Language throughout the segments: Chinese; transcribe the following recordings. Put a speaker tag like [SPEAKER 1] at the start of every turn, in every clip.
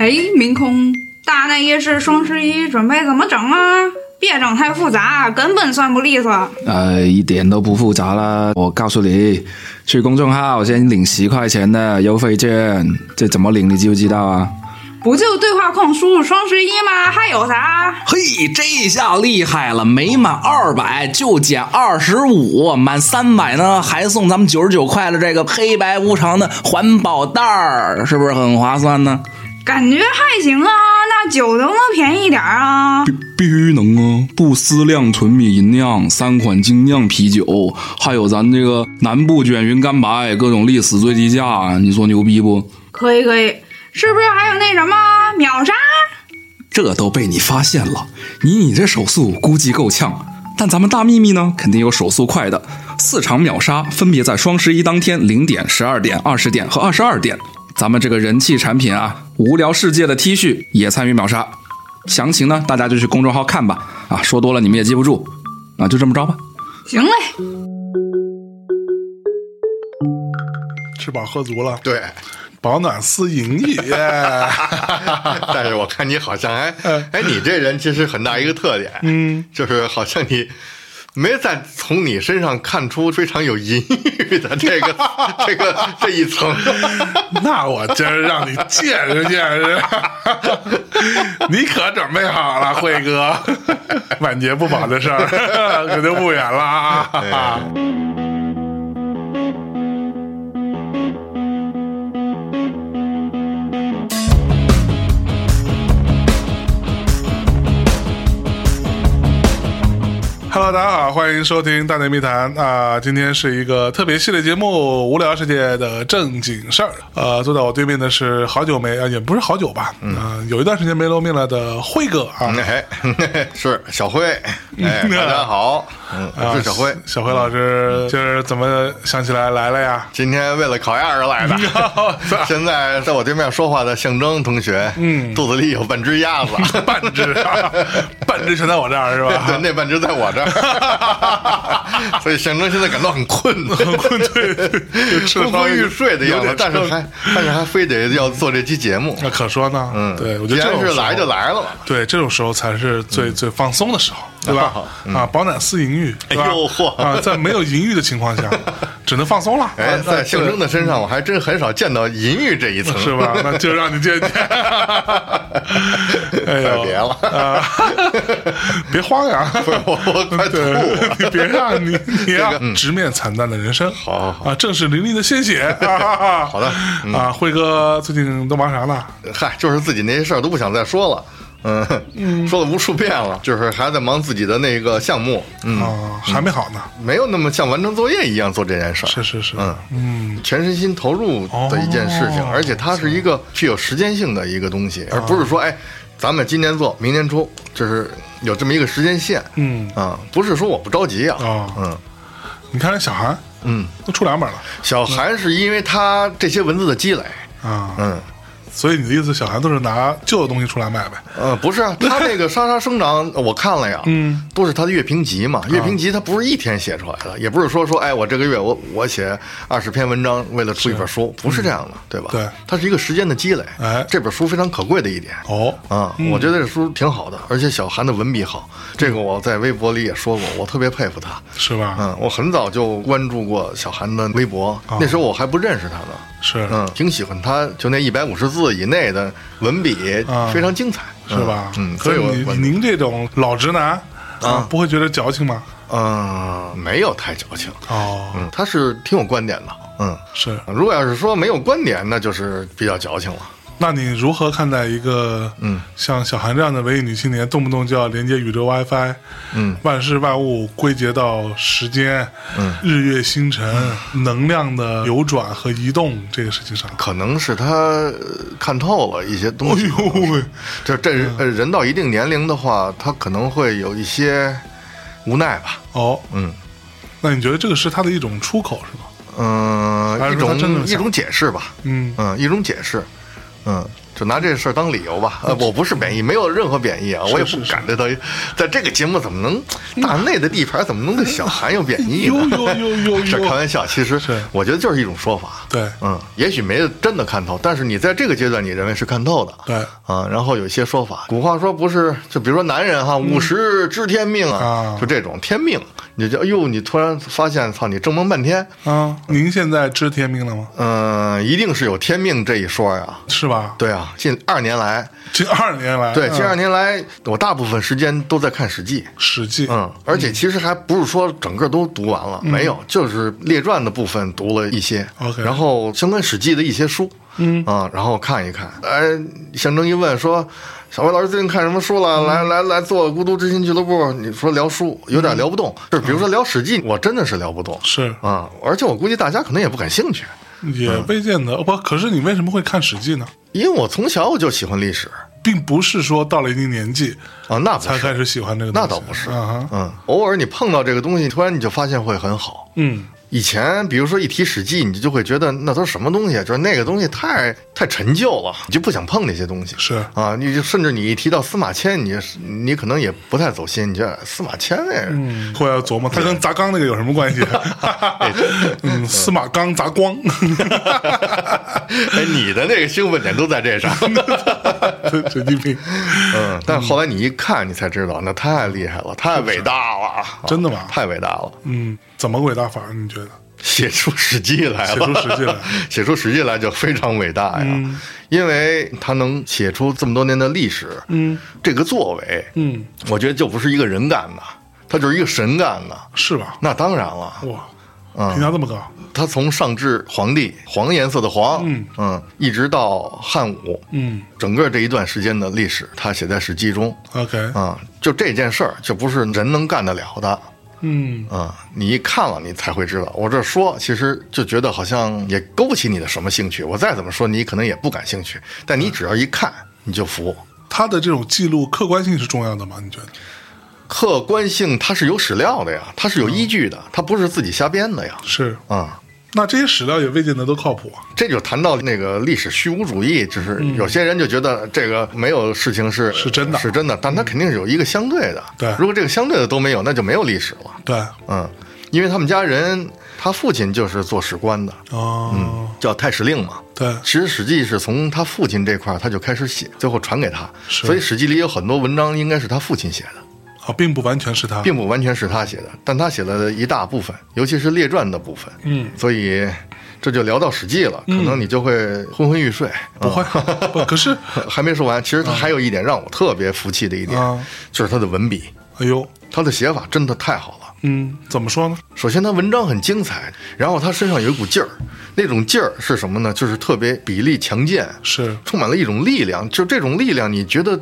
[SPEAKER 1] 哎，明空，大内夜市双十一准备怎么整啊？别整太复杂，根本算不利索。
[SPEAKER 2] 呃，一点都不复杂啦。我告诉你，去公众号先领十块钱的优惠券，这怎么领你就知道啊。
[SPEAKER 1] 不就对话控输入双十一吗？还有啥？
[SPEAKER 3] 嘿，这下厉害了，每满二百就减二十五，满三百呢还送咱们九十九块的这个黑白无常的环保袋儿，是不是很划算呢？
[SPEAKER 1] 感觉还行啊，那酒能不能便宜点儿啊？
[SPEAKER 2] 必须能啊！不思量纯米吟酿三款精酿啤酒，还有咱这个南部卷云干白，各种历史最低价，你说牛逼不？
[SPEAKER 1] 可以可以，是不是还有那什么秒杀？
[SPEAKER 2] 这都被你发现了，以你这手速估计够呛。但咱们大秘密呢，肯定有手速快的。四场秒杀分别在双十一当天零点、十二点、二十点和二十二点。咱们这个人气产品啊，无聊世界的 T 恤也参与秒杀，详情呢大家就去公众号看吧。啊，说多了你们也记不住，啊，就这么着吧。
[SPEAKER 1] 行嘞，
[SPEAKER 4] 吃饱喝足了，
[SPEAKER 5] 对，
[SPEAKER 4] 保暖思哎淫逸。
[SPEAKER 5] 但是我看你好像还，哎，你这人其实很大一个特点，嗯， 就是好像你没在从你身上看出非常有淫欲的这 个这个这一层。
[SPEAKER 4] 那我今儿让你见识见识， 你可准备好了，辉哥， 晚节不保的事儿 可就不远了啊！Hello，大家好，欢迎收听《大内密谈》啊、今天是一个特别系列节目《无聊世界的正经事儿》。呃，坐在我对面的是好久没啊、也不是好久吧，嗯、有一段时间没露面了的辉哥啊，
[SPEAKER 5] 哎，是小辉，哎，大家 好，嗯，我是小辉。
[SPEAKER 4] 啊
[SPEAKER 5] 嗯
[SPEAKER 4] 小辉老师，今儿怎么想起来来了呀？
[SPEAKER 5] 今天为了考验而来的， 现在在我对面说话的象征同学，嗯，肚子里有 半只鸭子，
[SPEAKER 4] 半只，半只全在我这儿是
[SPEAKER 5] 对，
[SPEAKER 4] 吧？
[SPEAKER 5] 那半只在我这儿， 所以象征现在感到很困， 很困， 对，
[SPEAKER 4] 吃了稍
[SPEAKER 5] 昏昏
[SPEAKER 4] 微
[SPEAKER 5] 欲睡的样子
[SPEAKER 4] 有点，
[SPEAKER 5] 但是还但是还非得要做这期节目，
[SPEAKER 4] 那可说呢，
[SPEAKER 5] 嗯，
[SPEAKER 4] 对，我觉
[SPEAKER 5] 既
[SPEAKER 4] 得这
[SPEAKER 5] 然
[SPEAKER 4] 种
[SPEAKER 5] 是
[SPEAKER 4] 时候啊
[SPEAKER 5] 来就，嗯来了嘛，
[SPEAKER 4] 对，这种时候才是最最放松的时候，对吧？啊，保暖思淫欲，对吧
[SPEAKER 5] 哦嗯哎呦嚯
[SPEAKER 4] 啊，在没有淫欲的情况下，只能放松了，
[SPEAKER 5] 哎，
[SPEAKER 4] 啊
[SPEAKER 5] 在象征的身上，我还真很少见到淫欲这一层，
[SPEAKER 4] 是吧？那就让你见见。哎
[SPEAKER 5] 再
[SPEAKER 4] 呦，
[SPEAKER 5] 别了
[SPEAKER 4] 啊！别慌呀！
[SPEAKER 5] 不是 我我 快吐
[SPEAKER 4] 对
[SPEAKER 5] 了，
[SPEAKER 4] 你 别啊， 你你要直面惨淡的人生，
[SPEAKER 5] 嗯好好好
[SPEAKER 4] 啊，正视淋漓的鲜 血。啊、
[SPEAKER 5] 好的嗯
[SPEAKER 4] 啊，辉哥最近都忙啥呢？
[SPEAKER 5] 嗨，就是自己那些事儿都不想再说了。嗯，说了无数遍了，就是还在忙自己的那个项目，嗯，
[SPEAKER 4] 啊，还没好呢。
[SPEAKER 5] 没有那么像完成作业一样做这件事儿。
[SPEAKER 4] 是是是，
[SPEAKER 5] 嗯全身心投入的一件事情，
[SPEAKER 4] 哦
[SPEAKER 5] 而且它是一个具有时间性的一个东西，而不是说哎，咱们今年做，明年出，就是有这么一个时间线。
[SPEAKER 4] 嗯
[SPEAKER 5] 啊，不是说我不着急啊。
[SPEAKER 4] 哦
[SPEAKER 5] 嗯
[SPEAKER 4] 你看人小韩
[SPEAKER 5] 嗯，
[SPEAKER 4] 都出两本了
[SPEAKER 5] 小韩是因为他这些文字的积累。
[SPEAKER 4] 啊，
[SPEAKER 5] 嗯，
[SPEAKER 4] 所以你的意思，小韩都是拿旧的东西出来卖呗？
[SPEAKER 5] 呃，不是啊，他这个《沙沙生长》，我看了呀，
[SPEAKER 4] 嗯，啊
[SPEAKER 5] 都是他的乐评集嘛。乐评集他不是一天写出来的，也不是说说，哎，我这个月我我写二十篇文章，为了出一本书，不是这样的，对吧？
[SPEAKER 4] 对
[SPEAKER 5] 它是一个时间的积累。
[SPEAKER 4] 哎
[SPEAKER 5] 这本书非常可贵的一点。
[SPEAKER 4] 哦，
[SPEAKER 5] 啊，我觉得这书挺好的，而且小韩的文笔好，这个我在微博里也说过，我特别佩服他。
[SPEAKER 4] 是吧？
[SPEAKER 5] 嗯，我很早就关注过小韩的微博，那时候我还不认识他呢。
[SPEAKER 4] 啊是、
[SPEAKER 5] 嗯，挺喜欢他，就那一百五十字以内的文笔
[SPEAKER 4] 啊
[SPEAKER 5] 非常精彩，
[SPEAKER 4] 是吧？
[SPEAKER 5] 嗯，嗯
[SPEAKER 4] 可
[SPEAKER 5] 所以
[SPEAKER 4] 是
[SPEAKER 5] 我
[SPEAKER 4] 你
[SPEAKER 5] 我
[SPEAKER 4] 您这种老直男啊，不会觉得矫情吗？
[SPEAKER 5] 嗯没有太矫情，
[SPEAKER 4] 哦，
[SPEAKER 5] 嗯，他是挺有观点的，嗯，
[SPEAKER 4] 是。
[SPEAKER 5] 如果要是说没有观点，那就是比较矫情了。
[SPEAKER 4] 那你如何看待一个嗯，像小韩这样的文艺女青年，动不动就要连接宇宙 WiFi，嗯，万事万物归结到时间，嗯，日月星辰、
[SPEAKER 5] 嗯
[SPEAKER 4] 能量的流转和移动这个事情上？
[SPEAKER 5] 可能是他呃看透了一些东西。
[SPEAKER 4] 哎呦
[SPEAKER 5] 可能是
[SPEAKER 4] 喂
[SPEAKER 5] 这这人呃人到一定年龄的话，他可能会有一些无奈吧。
[SPEAKER 4] 哦，
[SPEAKER 5] 嗯
[SPEAKER 4] 那你觉得这个是他的一种出口是吗？
[SPEAKER 5] 嗯、
[SPEAKER 4] 还
[SPEAKER 5] 一
[SPEAKER 4] 是说他真的
[SPEAKER 5] 种
[SPEAKER 4] 想
[SPEAKER 5] 一种解释吧。
[SPEAKER 4] 嗯
[SPEAKER 5] 嗯，一种解释。嗯，就拿这事儿当理由吧。呃，我不是贬义，没有任何贬义啊，我也不敢对他，在这个节目怎么
[SPEAKER 4] 嗯
[SPEAKER 5] 能大内的地盘怎么能对小韩有贬义呢？
[SPEAKER 4] 呦呦呦呦呦
[SPEAKER 5] 这开玩笑，其实
[SPEAKER 4] 是
[SPEAKER 5] 我觉得就是一种说法。
[SPEAKER 4] 对
[SPEAKER 5] 嗯，也许没真的看透，但是你在这个阶段，你认为是看透的。
[SPEAKER 4] 对
[SPEAKER 5] 啊，然后有一些说法，古话说不是，就比如说男人哈，五十知天命
[SPEAKER 4] 啊
[SPEAKER 5] 啊，就这种天命，你就哎呦，你突然发现，操，你正蒙半天，
[SPEAKER 4] 啊，您现在知天命了吗？
[SPEAKER 5] 嗯、一定是有天命这一说呀、
[SPEAKER 4] 是吧？
[SPEAKER 5] 对啊，近二年来，
[SPEAKER 4] 近二年来，
[SPEAKER 5] 对，
[SPEAKER 4] 嗯
[SPEAKER 5] 近二年来，我大部分时间都在看《史记》。
[SPEAKER 4] 史记》
[SPEAKER 5] 嗯，而且其实还不是说整个都读完了，没有，就是列传的部分读了一些
[SPEAKER 4] OK
[SPEAKER 5] 然后相关《史记》的一些书，嗯啊，然后看一看。哎，象征一问说，小白老师最近看什么书了？来来来，做《孤独之心俱乐部》。你说聊书有点聊不动，就是比如说聊《史记》，我真的是聊不动。
[SPEAKER 4] 是
[SPEAKER 5] 啊，而且我估计大家可能也不感兴趣，嗯
[SPEAKER 4] 也未见得哦不。可是你为什么会看《史记》呢？
[SPEAKER 5] 因为我从小我就喜欢历史
[SPEAKER 4] 并不是说到了一定年纪
[SPEAKER 5] 啊，那不
[SPEAKER 4] 才
[SPEAKER 5] 是
[SPEAKER 4] 开始喜欢这个东
[SPEAKER 5] 那
[SPEAKER 4] 西，
[SPEAKER 5] 倒不是，
[SPEAKER 4] 啊哈，
[SPEAKER 5] 嗯，偶尔你碰到这个东西，突然你就发现会很好。
[SPEAKER 4] 嗯，
[SPEAKER 5] 以前比如说一提《史记》，你就会觉得那都是什么东西啊，就是那个东西太太陈旧了，你就不想碰那些东西。
[SPEAKER 4] 是
[SPEAKER 5] 啊，你就甚至你一提到司马迁，你你可能也不太走心，你觉得哎司马迁那人
[SPEAKER 4] 嗯，后来要琢磨它跟砸缸那个有什么关 系？嗯，司马刚砸光，
[SPEAKER 5] 哎，你的那个兴奋点都在 这上。
[SPEAKER 4] 神经病，
[SPEAKER 5] 嗯，但后来你一看，你才知道那太厉害了，太伟大了啊，
[SPEAKER 4] 嗯真的吗
[SPEAKER 5] 太伟大了，
[SPEAKER 4] 嗯，怎么伟大法？你觉得？
[SPEAKER 5] 写出《史记》来
[SPEAKER 4] 写
[SPEAKER 5] 了，
[SPEAKER 4] 出《史记》来， 嗯
[SPEAKER 5] 写出《史记》来就非常伟大呀，因为他能写出这么多年的历史，嗯，这个作为，
[SPEAKER 4] 嗯，
[SPEAKER 5] 我觉得就不是一个人干的，他就是一个神干的。
[SPEAKER 4] 是吧？
[SPEAKER 5] 那当然了，
[SPEAKER 4] 哇，
[SPEAKER 5] 啊
[SPEAKER 4] 评价这么高，
[SPEAKER 5] 他从上至皇帝，黄颜色的黄，
[SPEAKER 4] 嗯
[SPEAKER 5] 一直到汉武，
[SPEAKER 4] 嗯
[SPEAKER 5] 整个这一段时间的历史，他写在《史记》中，
[SPEAKER 4] ，OK，
[SPEAKER 5] 啊、就这件事儿，就不是人能干得了的。
[SPEAKER 4] 嗯，
[SPEAKER 5] 啊、你一看了，你才会知道。我这说，其实就觉得好像也勾不起你的什么兴趣。我再怎么说，你可能也不感兴趣。但你只要一看，你就服。
[SPEAKER 4] 他的这种记录客观性是重要的吗？你觉得？
[SPEAKER 5] 客观性它是有史料的呀，它是有依据的，它不是自己瞎编的呀。
[SPEAKER 4] 是，
[SPEAKER 5] 啊、
[SPEAKER 4] 那这些史料也未见得都靠谱啊。
[SPEAKER 5] 这就谈到那个历史虚无主义，就是有些人就觉得这个没有事情是
[SPEAKER 4] 是真的
[SPEAKER 5] 是真的，但它肯定是有一个相对的。
[SPEAKER 4] 对
[SPEAKER 5] 如果这个相对的都没有，那就没有历史了。
[SPEAKER 4] 对，
[SPEAKER 5] 嗯，因为他们家人，他父亲就是做史官的，
[SPEAKER 4] 哦，
[SPEAKER 5] 叫太史令嘛。
[SPEAKER 4] 对，
[SPEAKER 5] 其实《史记》是从他父亲这块儿他就开始写，最后传给他，
[SPEAKER 4] 是
[SPEAKER 5] 所以《史记》里有很多文章应该是他父亲写的，
[SPEAKER 4] 啊，并不完全是他，
[SPEAKER 5] 并不完全是他写的，但他写了一大部分，尤其是列传的部分。
[SPEAKER 4] 嗯，
[SPEAKER 5] 所以这就聊到《史记》了，可能你就会昏昏欲睡。啊
[SPEAKER 4] 不 会，不，可是，
[SPEAKER 5] 还没说完，其实他还有一点让我特别服气的一点，
[SPEAKER 4] 啊
[SPEAKER 5] 就是他的文笔，
[SPEAKER 4] 哎呦，
[SPEAKER 5] 他的写法真的太好了。
[SPEAKER 4] 嗯，怎么说呢？
[SPEAKER 5] 首先，他文章很精彩，然后他身上有一股劲儿，那种劲儿是什么呢？就是特别比例强健，
[SPEAKER 4] 是，
[SPEAKER 5] 充满了一种力量，就这种力量，你觉得，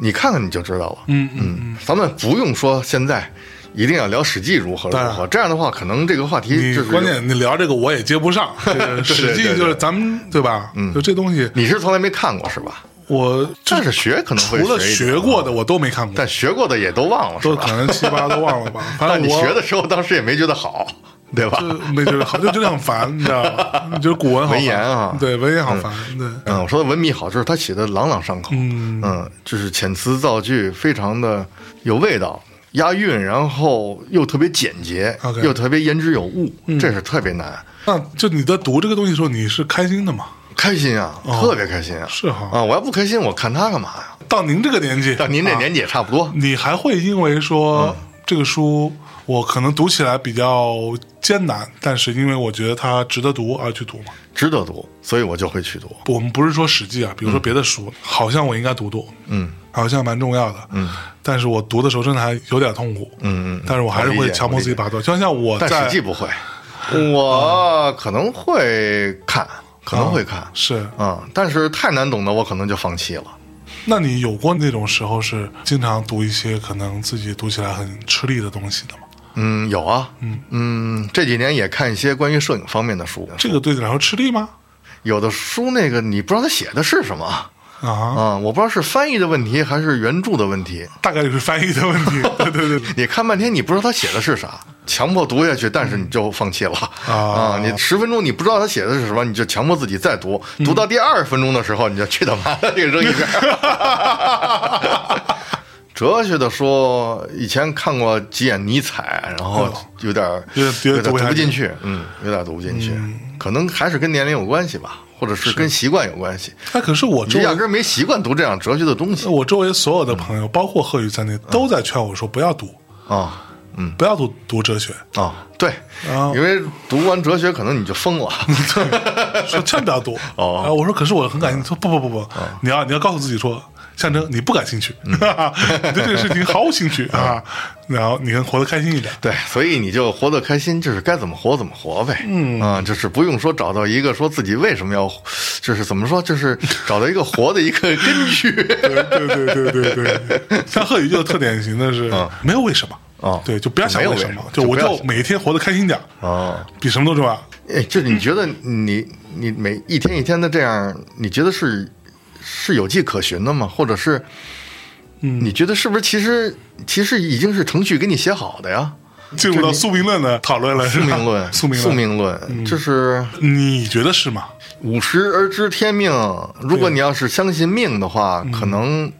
[SPEAKER 5] 你看看你就知道了。
[SPEAKER 4] 嗯嗯，
[SPEAKER 5] 嗯，咱们不用说现在一定要聊《史记》如何如
[SPEAKER 4] 当
[SPEAKER 5] 何，
[SPEAKER 4] 然
[SPEAKER 5] 这样的话，可能这个话题
[SPEAKER 4] 你
[SPEAKER 5] 就是
[SPEAKER 4] 关键你聊这个我也接不上，这个
[SPEAKER 5] 对
[SPEAKER 4] 实际
[SPEAKER 5] 对
[SPEAKER 4] 就是
[SPEAKER 5] 对
[SPEAKER 4] 咱们对吧？嗯，就这东西，
[SPEAKER 5] 你是从来没看过是吧？
[SPEAKER 4] 我就
[SPEAKER 5] 但是学可能
[SPEAKER 4] 除
[SPEAKER 5] 会
[SPEAKER 4] 了
[SPEAKER 5] 一点啊
[SPEAKER 4] 学过的我都没看过
[SPEAKER 5] 但，学过的也都忘了是
[SPEAKER 4] 都
[SPEAKER 5] 吧
[SPEAKER 4] 可？能七八都忘了吧。反
[SPEAKER 5] 但
[SPEAKER 4] 正
[SPEAKER 5] 你
[SPEAKER 4] 我
[SPEAKER 5] 学的时候，当时也没觉得好，对吧？
[SPEAKER 4] 就没觉得好，就觉得很烦，你知道吧？ 你觉得古文好
[SPEAKER 5] 文言
[SPEAKER 4] 烦
[SPEAKER 5] 啊
[SPEAKER 4] 对，文言好烦，对，
[SPEAKER 5] 嗯，我说的文笔好，就是他写的朗朗上口，嗯就是遣词造句非常的有味道，押韵，然后又特别简洁
[SPEAKER 4] OK 嗯
[SPEAKER 5] 又特别言之有物，这是特别难。
[SPEAKER 4] 那就你在读这个东西的时候，你是开心的嘛？
[SPEAKER 5] 开心啊，特别开心啊！
[SPEAKER 4] 哦是哈
[SPEAKER 5] 啊，我要不开心，我看他干嘛呀？
[SPEAKER 4] 到您这个年纪，
[SPEAKER 5] 到您这
[SPEAKER 4] 啊
[SPEAKER 5] 年纪也嗯差不多，
[SPEAKER 4] 你还会因为说、这个书我可能读起来比较艰难，但是因为我觉得它值得读而去读嘛。
[SPEAKER 5] 值得读，所以我就会去读。
[SPEAKER 4] 不我们不是说《史记》啊，比如说别的书，好像我应该读读，
[SPEAKER 5] 嗯，
[SPEAKER 4] 好像蛮重要的，嗯。但是我读的时候真的还有点痛苦，
[SPEAKER 5] 嗯嗯嗯
[SPEAKER 4] 但是我还是
[SPEAKER 5] 我理
[SPEAKER 4] 会
[SPEAKER 5] 解
[SPEAKER 4] 强迫自己把它读，就像我
[SPEAKER 5] 但
[SPEAKER 4] 在
[SPEAKER 5] 《史记》不会，我可能会看，可能会看，
[SPEAKER 4] 是，
[SPEAKER 5] 啊，但是太难懂的，我可能就放弃了。
[SPEAKER 4] 那你有过那种时候是经常读一些可能自己读起来很吃力的东西的吗？
[SPEAKER 5] 嗯，有啊，嗯这几年也看一些关于摄影方面的书，
[SPEAKER 4] 这个对你来说吃力吗？
[SPEAKER 5] 有的书那个你不知道他写的是什么，
[SPEAKER 4] 啊，
[SPEAKER 5] 啊、我不知道是翻译的问题还是原著的问题。
[SPEAKER 4] 大概率是翻译的问 题。对对对，
[SPEAKER 5] 你看半天，你不知道他写的是啥，强迫读下去，但是你就放弃了啊、你十分钟你不知道他写的是什么，你就强迫自己再读，
[SPEAKER 4] 嗯
[SPEAKER 5] 读到第二分钟的时候，你就去他妈的这个扔一边儿。 哲学的说，以前看过几眼尼采，然后有点儿
[SPEAKER 4] 哦有点有点
[SPEAKER 5] 有点
[SPEAKER 4] 读不下
[SPEAKER 5] 读不进
[SPEAKER 4] 去嗯
[SPEAKER 5] 去，嗯，有点读不进去，可能还是跟年龄有关系吧，或者是跟习惯有关系。
[SPEAKER 4] 哎，可是我
[SPEAKER 5] 你
[SPEAKER 4] 周
[SPEAKER 5] 这
[SPEAKER 4] 围
[SPEAKER 5] 压根儿没习惯读这样哲学的东西
[SPEAKER 4] 我周围所有
[SPEAKER 5] 嗯
[SPEAKER 4] 的朋友，包括贺宇在内，都在劝我说不要读，
[SPEAKER 5] 啊。
[SPEAKER 4] 不要读读哲学，
[SPEAKER 5] 哦，对
[SPEAKER 4] 啊，
[SPEAKER 5] 因为读完哲学可能你就疯了，
[SPEAKER 4] 说千万不要读。
[SPEAKER 5] 哦嗯
[SPEAKER 4] 然后啊我说可是我很感兴趣，他说不不不不，你要你要告诉自己说。象征你不感兴趣，
[SPEAKER 5] 嗯
[SPEAKER 4] 你对这个事情毫无兴 趣啊，然后你能活得开心一点。
[SPEAKER 5] 对，所以你就活得开心，就是该怎么活怎么活呗，嗯啊，就是不用说找到一个说自己为什么要，就是怎么说，就是找到一个活的一个根据，
[SPEAKER 4] 对对对对对对，像贺宇就特典型的是没有为什么
[SPEAKER 5] 嗯哦
[SPEAKER 4] 对，就不要想
[SPEAKER 5] 没有
[SPEAKER 4] 为
[SPEAKER 5] 为
[SPEAKER 4] 什
[SPEAKER 5] 什
[SPEAKER 4] 么
[SPEAKER 5] 么，
[SPEAKER 4] 就
[SPEAKER 5] 就
[SPEAKER 4] 我
[SPEAKER 5] 不要
[SPEAKER 4] 就
[SPEAKER 5] 想
[SPEAKER 4] 每一天活得开心点，
[SPEAKER 5] 啊，
[SPEAKER 4] 比什么都重要。
[SPEAKER 5] 哎，就是你觉得你你每一天一天的这样，你觉得是是有迹可循的吗？或者是，
[SPEAKER 4] 嗯
[SPEAKER 5] 你觉得是不是其实其实已经是程序给你写好的呀？
[SPEAKER 4] 进入到宿命论的讨论了，是
[SPEAKER 5] 宿
[SPEAKER 4] 吧
[SPEAKER 5] 命论，
[SPEAKER 4] 哎 宿命
[SPEAKER 5] 宿
[SPEAKER 4] 论，嗯
[SPEAKER 5] 命论，就是
[SPEAKER 4] 你觉得是吗？
[SPEAKER 5] 五十而知天命，如果你要是相信命的话，
[SPEAKER 4] 嗯
[SPEAKER 5] 可能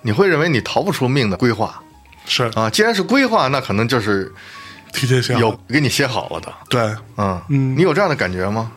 [SPEAKER 5] 你会认为你逃不出命的规划
[SPEAKER 4] 是
[SPEAKER 5] 啊。既然是规划，那可能就是
[SPEAKER 4] 提前想
[SPEAKER 5] 有给你写好了的。
[SPEAKER 4] 对，
[SPEAKER 5] 嗯，
[SPEAKER 4] 啊嗯
[SPEAKER 5] 你有这样的感觉吗？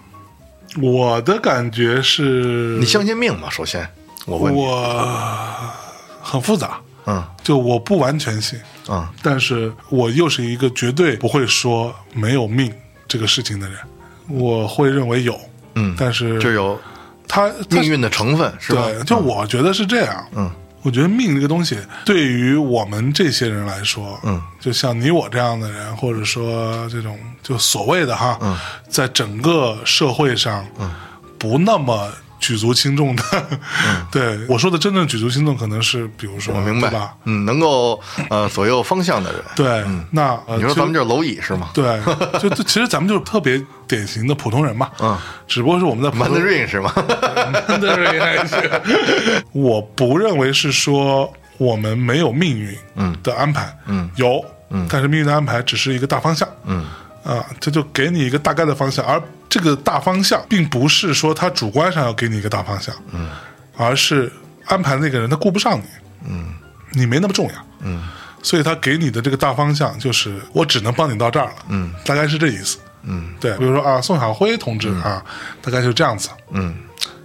[SPEAKER 4] 我的感觉是，
[SPEAKER 5] 你相信命吗？首先，我问你，
[SPEAKER 4] 我很复杂，
[SPEAKER 5] 嗯
[SPEAKER 4] 就我不完全信，
[SPEAKER 5] 嗯
[SPEAKER 4] 但是我又是一个绝对不会说没有命这个事情的人，我会认为有，
[SPEAKER 5] 嗯，
[SPEAKER 4] 但是
[SPEAKER 5] 就有
[SPEAKER 4] 他他
[SPEAKER 5] 命运的成分是吧？
[SPEAKER 4] 对，就我觉得是这样。
[SPEAKER 5] 嗯，
[SPEAKER 4] 我觉得命这个东西，对于我们这些人来说，
[SPEAKER 5] 嗯，
[SPEAKER 4] 就像你我这样的人，或者说这种就所谓的哈，嗯，在整个社会上，嗯，不那么举足轻重的， 对我说的真正举足轻重，可能是比如说，
[SPEAKER 5] 嗯我明
[SPEAKER 4] 对吧
[SPEAKER 5] 白？，嗯，能够呃左右方向的人，
[SPEAKER 4] 对，那呃
[SPEAKER 5] 嗯你
[SPEAKER 4] 其
[SPEAKER 5] 说
[SPEAKER 4] 实
[SPEAKER 5] 咱们就是蝼蚁是吗？
[SPEAKER 4] 对，就就其实咱们就是特别典型的普通人嘛，
[SPEAKER 5] 嗯，
[SPEAKER 4] 只不过是我们在普通
[SPEAKER 5] Mandarin 是吗？
[SPEAKER 4] 对，还是我不认为是说我们没有命运的安排，嗯，有，嗯，但是命运的安排只是一个大方向，嗯，啊，这就给你一个大概的方向，而这个大方向并不是说他主观上要给你一个大方向，嗯，而是安排那个人他顾不上你，嗯，你没那么重要，嗯，所以他给你的这个大方向就是我只能帮你到这儿了，嗯，大概是这意思。嗯，对，比如说啊，宋晓辉同志、啊，大概就这样子，
[SPEAKER 5] 嗯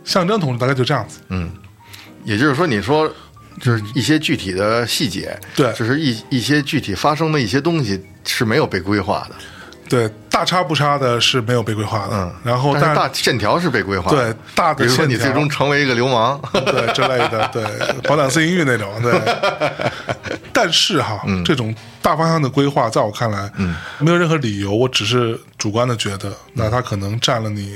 [SPEAKER 4] 象征同志大概就这样子。
[SPEAKER 5] 也就是说，你说就是一些具体的细节，
[SPEAKER 4] 对
[SPEAKER 5] 就是一一些具体发生的一些东西是没有被规划的，
[SPEAKER 4] 对，大差不差的是没有被规划的。
[SPEAKER 5] 嗯，
[SPEAKER 4] 然后
[SPEAKER 5] 但是大线条是被规划的，
[SPEAKER 4] 对大的
[SPEAKER 5] 比如说你
[SPEAKER 4] 线条
[SPEAKER 5] 最终成为一个 流氓，
[SPEAKER 4] 对之类的，对，保两次音乐那种，对。 但是哈，
[SPEAKER 5] 嗯
[SPEAKER 4] 这种大方向的规划，在我看来，嗯，没有任何理由，我只是主观的觉得，
[SPEAKER 5] 嗯
[SPEAKER 4] 那它可能占了你，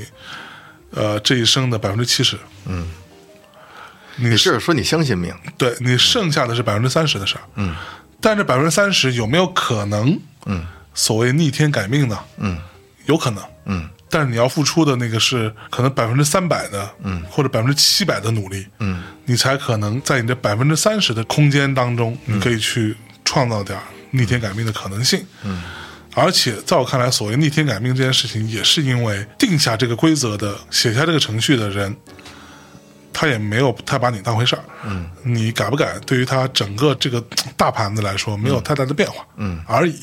[SPEAKER 4] 呃，这一生的百分之七十。嗯，你
[SPEAKER 5] 也就是说你相信命，
[SPEAKER 4] 对你剩下的是百分之三十的事儿，嗯，但这百分之三十有没有可能，嗯，所谓逆天改命呢？嗯，有可能，嗯，但是你要付出的那个是可能百分之三百的，嗯，或者百分之七百的努力，嗯，你才可能在你这百分之三十的空间当中，你可以去创造点儿逆天改命的可能性，嗯。而且，在我看来，所谓逆天改命这件事情，也是因为定下这个规则的、写下这个程序的人，他也没有太把你当回事儿，嗯，你改不改，对于他整个这个嘖大盘子来说，没有太大的变化，嗯而已，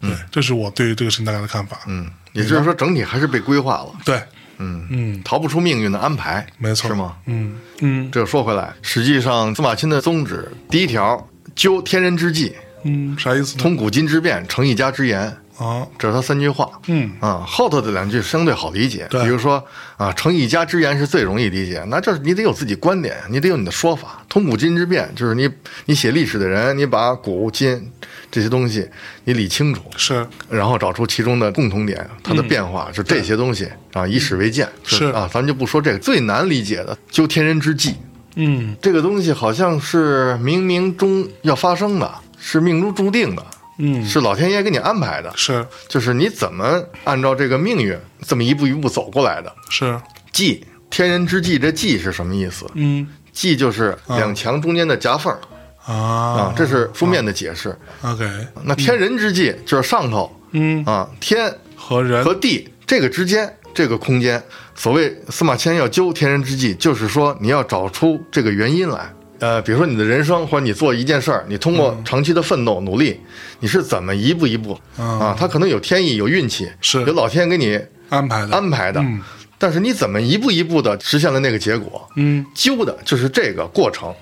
[SPEAKER 4] 对，这是我对于这个事情大概的看法，嗯，
[SPEAKER 5] 也就是说整体还是被规划了，
[SPEAKER 4] 对，嗯
[SPEAKER 5] 逃不出命运的安排，
[SPEAKER 4] 没错，
[SPEAKER 5] 是吗？？
[SPEAKER 4] 嗯嗯
[SPEAKER 5] 这说回来，实际上司马钦的宗旨第一条，究天人之际，
[SPEAKER 4] 嗯，啥意思呢？
[SPEAKER 5] 通古今之变，成一家之言，
[SPEAKER 4] 啊，
[SPEAKER 5] 这是他三句话。
[SPEAKER 4] 嗯
[SPEAKER 5] 啊，后头的两句相对好理解，
[SPEAKER 4] 对
[SPEAKER 5] 比如说啊，成一家之言是最容易理解，那就是你得有自己观点，你得有你的说法。通古今之变，就是你你写历史的人，你把古今这些东西你理清楚，
[SPEAKER 4] 是
[SPEAKER 5] 然后找出其中的共同点，它的变化、就这些东西啊，以史为鉴。
[SPEAKER 4] 嗯是
[SPEAKER 5] 啊，咱们就不说这个最难理解的，究天人之际，
[SPEAKER 4] 嗯
[SPEAKER 5] 这个东西好像是冥冥中要发生的，是命中注定的，
[SPEAKER 4] 嗯
[SPEAKER 5] 是老天爷给你安排的，
[SPEAKER 4] 是
[SPEAKER 5] 就是你怎么按照这个命运这么一步一步走过来的，
[SPEAKER 4] 是
[SPEAKER 5] 即天人之际，这际是什么意思？
[SPEAKER 4] 嗯
[SPEAKER 5] 际就是两墙中间的夹缝儿
[SPEAKER 4] 啊
[SPEAKER 5] 啊，这是书面的解释。
[SPEAKER 4] OK，
[SPEAKER 5] 那天人之际就是上头
[SPEAKER 4] 嗯，
[SPEAKER 5] 啊，天
[SPEAKER 4] 和人
[SPEAKER 5] 和地这个之间这个空间，所谓司马迁要究天人之际，就是说你要找出这个原因来。呃，比如说你的人生或者你做一件事儿，你通过长期的奋斗努力，你是怎么一步一步、啊？它可能有天意，有运气，
[SPEAKER 4] 是
[SPEAKER 5] 有老天给你
[SPEAKER 4] 安排的
[SPEAKER 5] 安排的，
[SPEAKER 4] 嗯
[SPEAKER 5] 但是你怎么一步一步的实现了那个结果？
[SPEAKER 4] 嗯
[SPEAKER 5] 究的就是这个过程。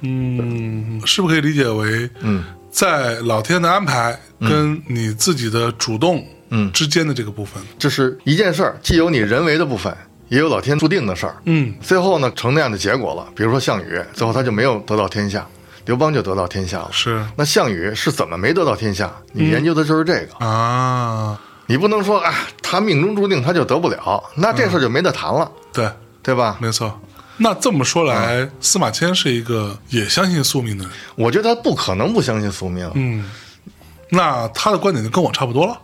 [SPEAKER 4] 嗯，是不是可以理解为
[SPEAKER 5] 嗯，
[SPEAKER 4] 在老天的安排跟你自己的主动
[SPEAKER 5] 嗯
[SPEAKER 4] 之间的这个部分？
[SPEAKER 5] 这是一件事儿，既有你人为的部分，也有老天注定的事儿。
[SPEAKER 4] 嗯
[SPEAKER 5] 最后呢，成那样的结果了。比如说项羽，最后他就没有得到天下，刘邦就得到天下了。
[SPEAKER 4] 是
[SPEAKER 5] 那项羽是怎么没得到天下？
[SPEAKER 4] 嗯
[SPEAKER 5] 你研究的就是这个，
[SPEAKER 4] 啊，
[SPEAKER 5] 你不能说啊，他命中注定他就得不了，那这事
[SPEAKER 4] 嗯
[SPEAKER 5] 儿就没得谈了，
[SPEAKER 4] 对，
[SPEAKER 5] 对吧？
[SPEAKER 4] 没错。那这么说来，
[SPEAKER 5] 啊
[SPEAKER 4] 司马迁是一个也相信宿命的人。
[SPEAKER 5] 我觉得他不可能不相信宿命，
[SPEAKER 4] 嗯，那他的观点就跟我差不多了。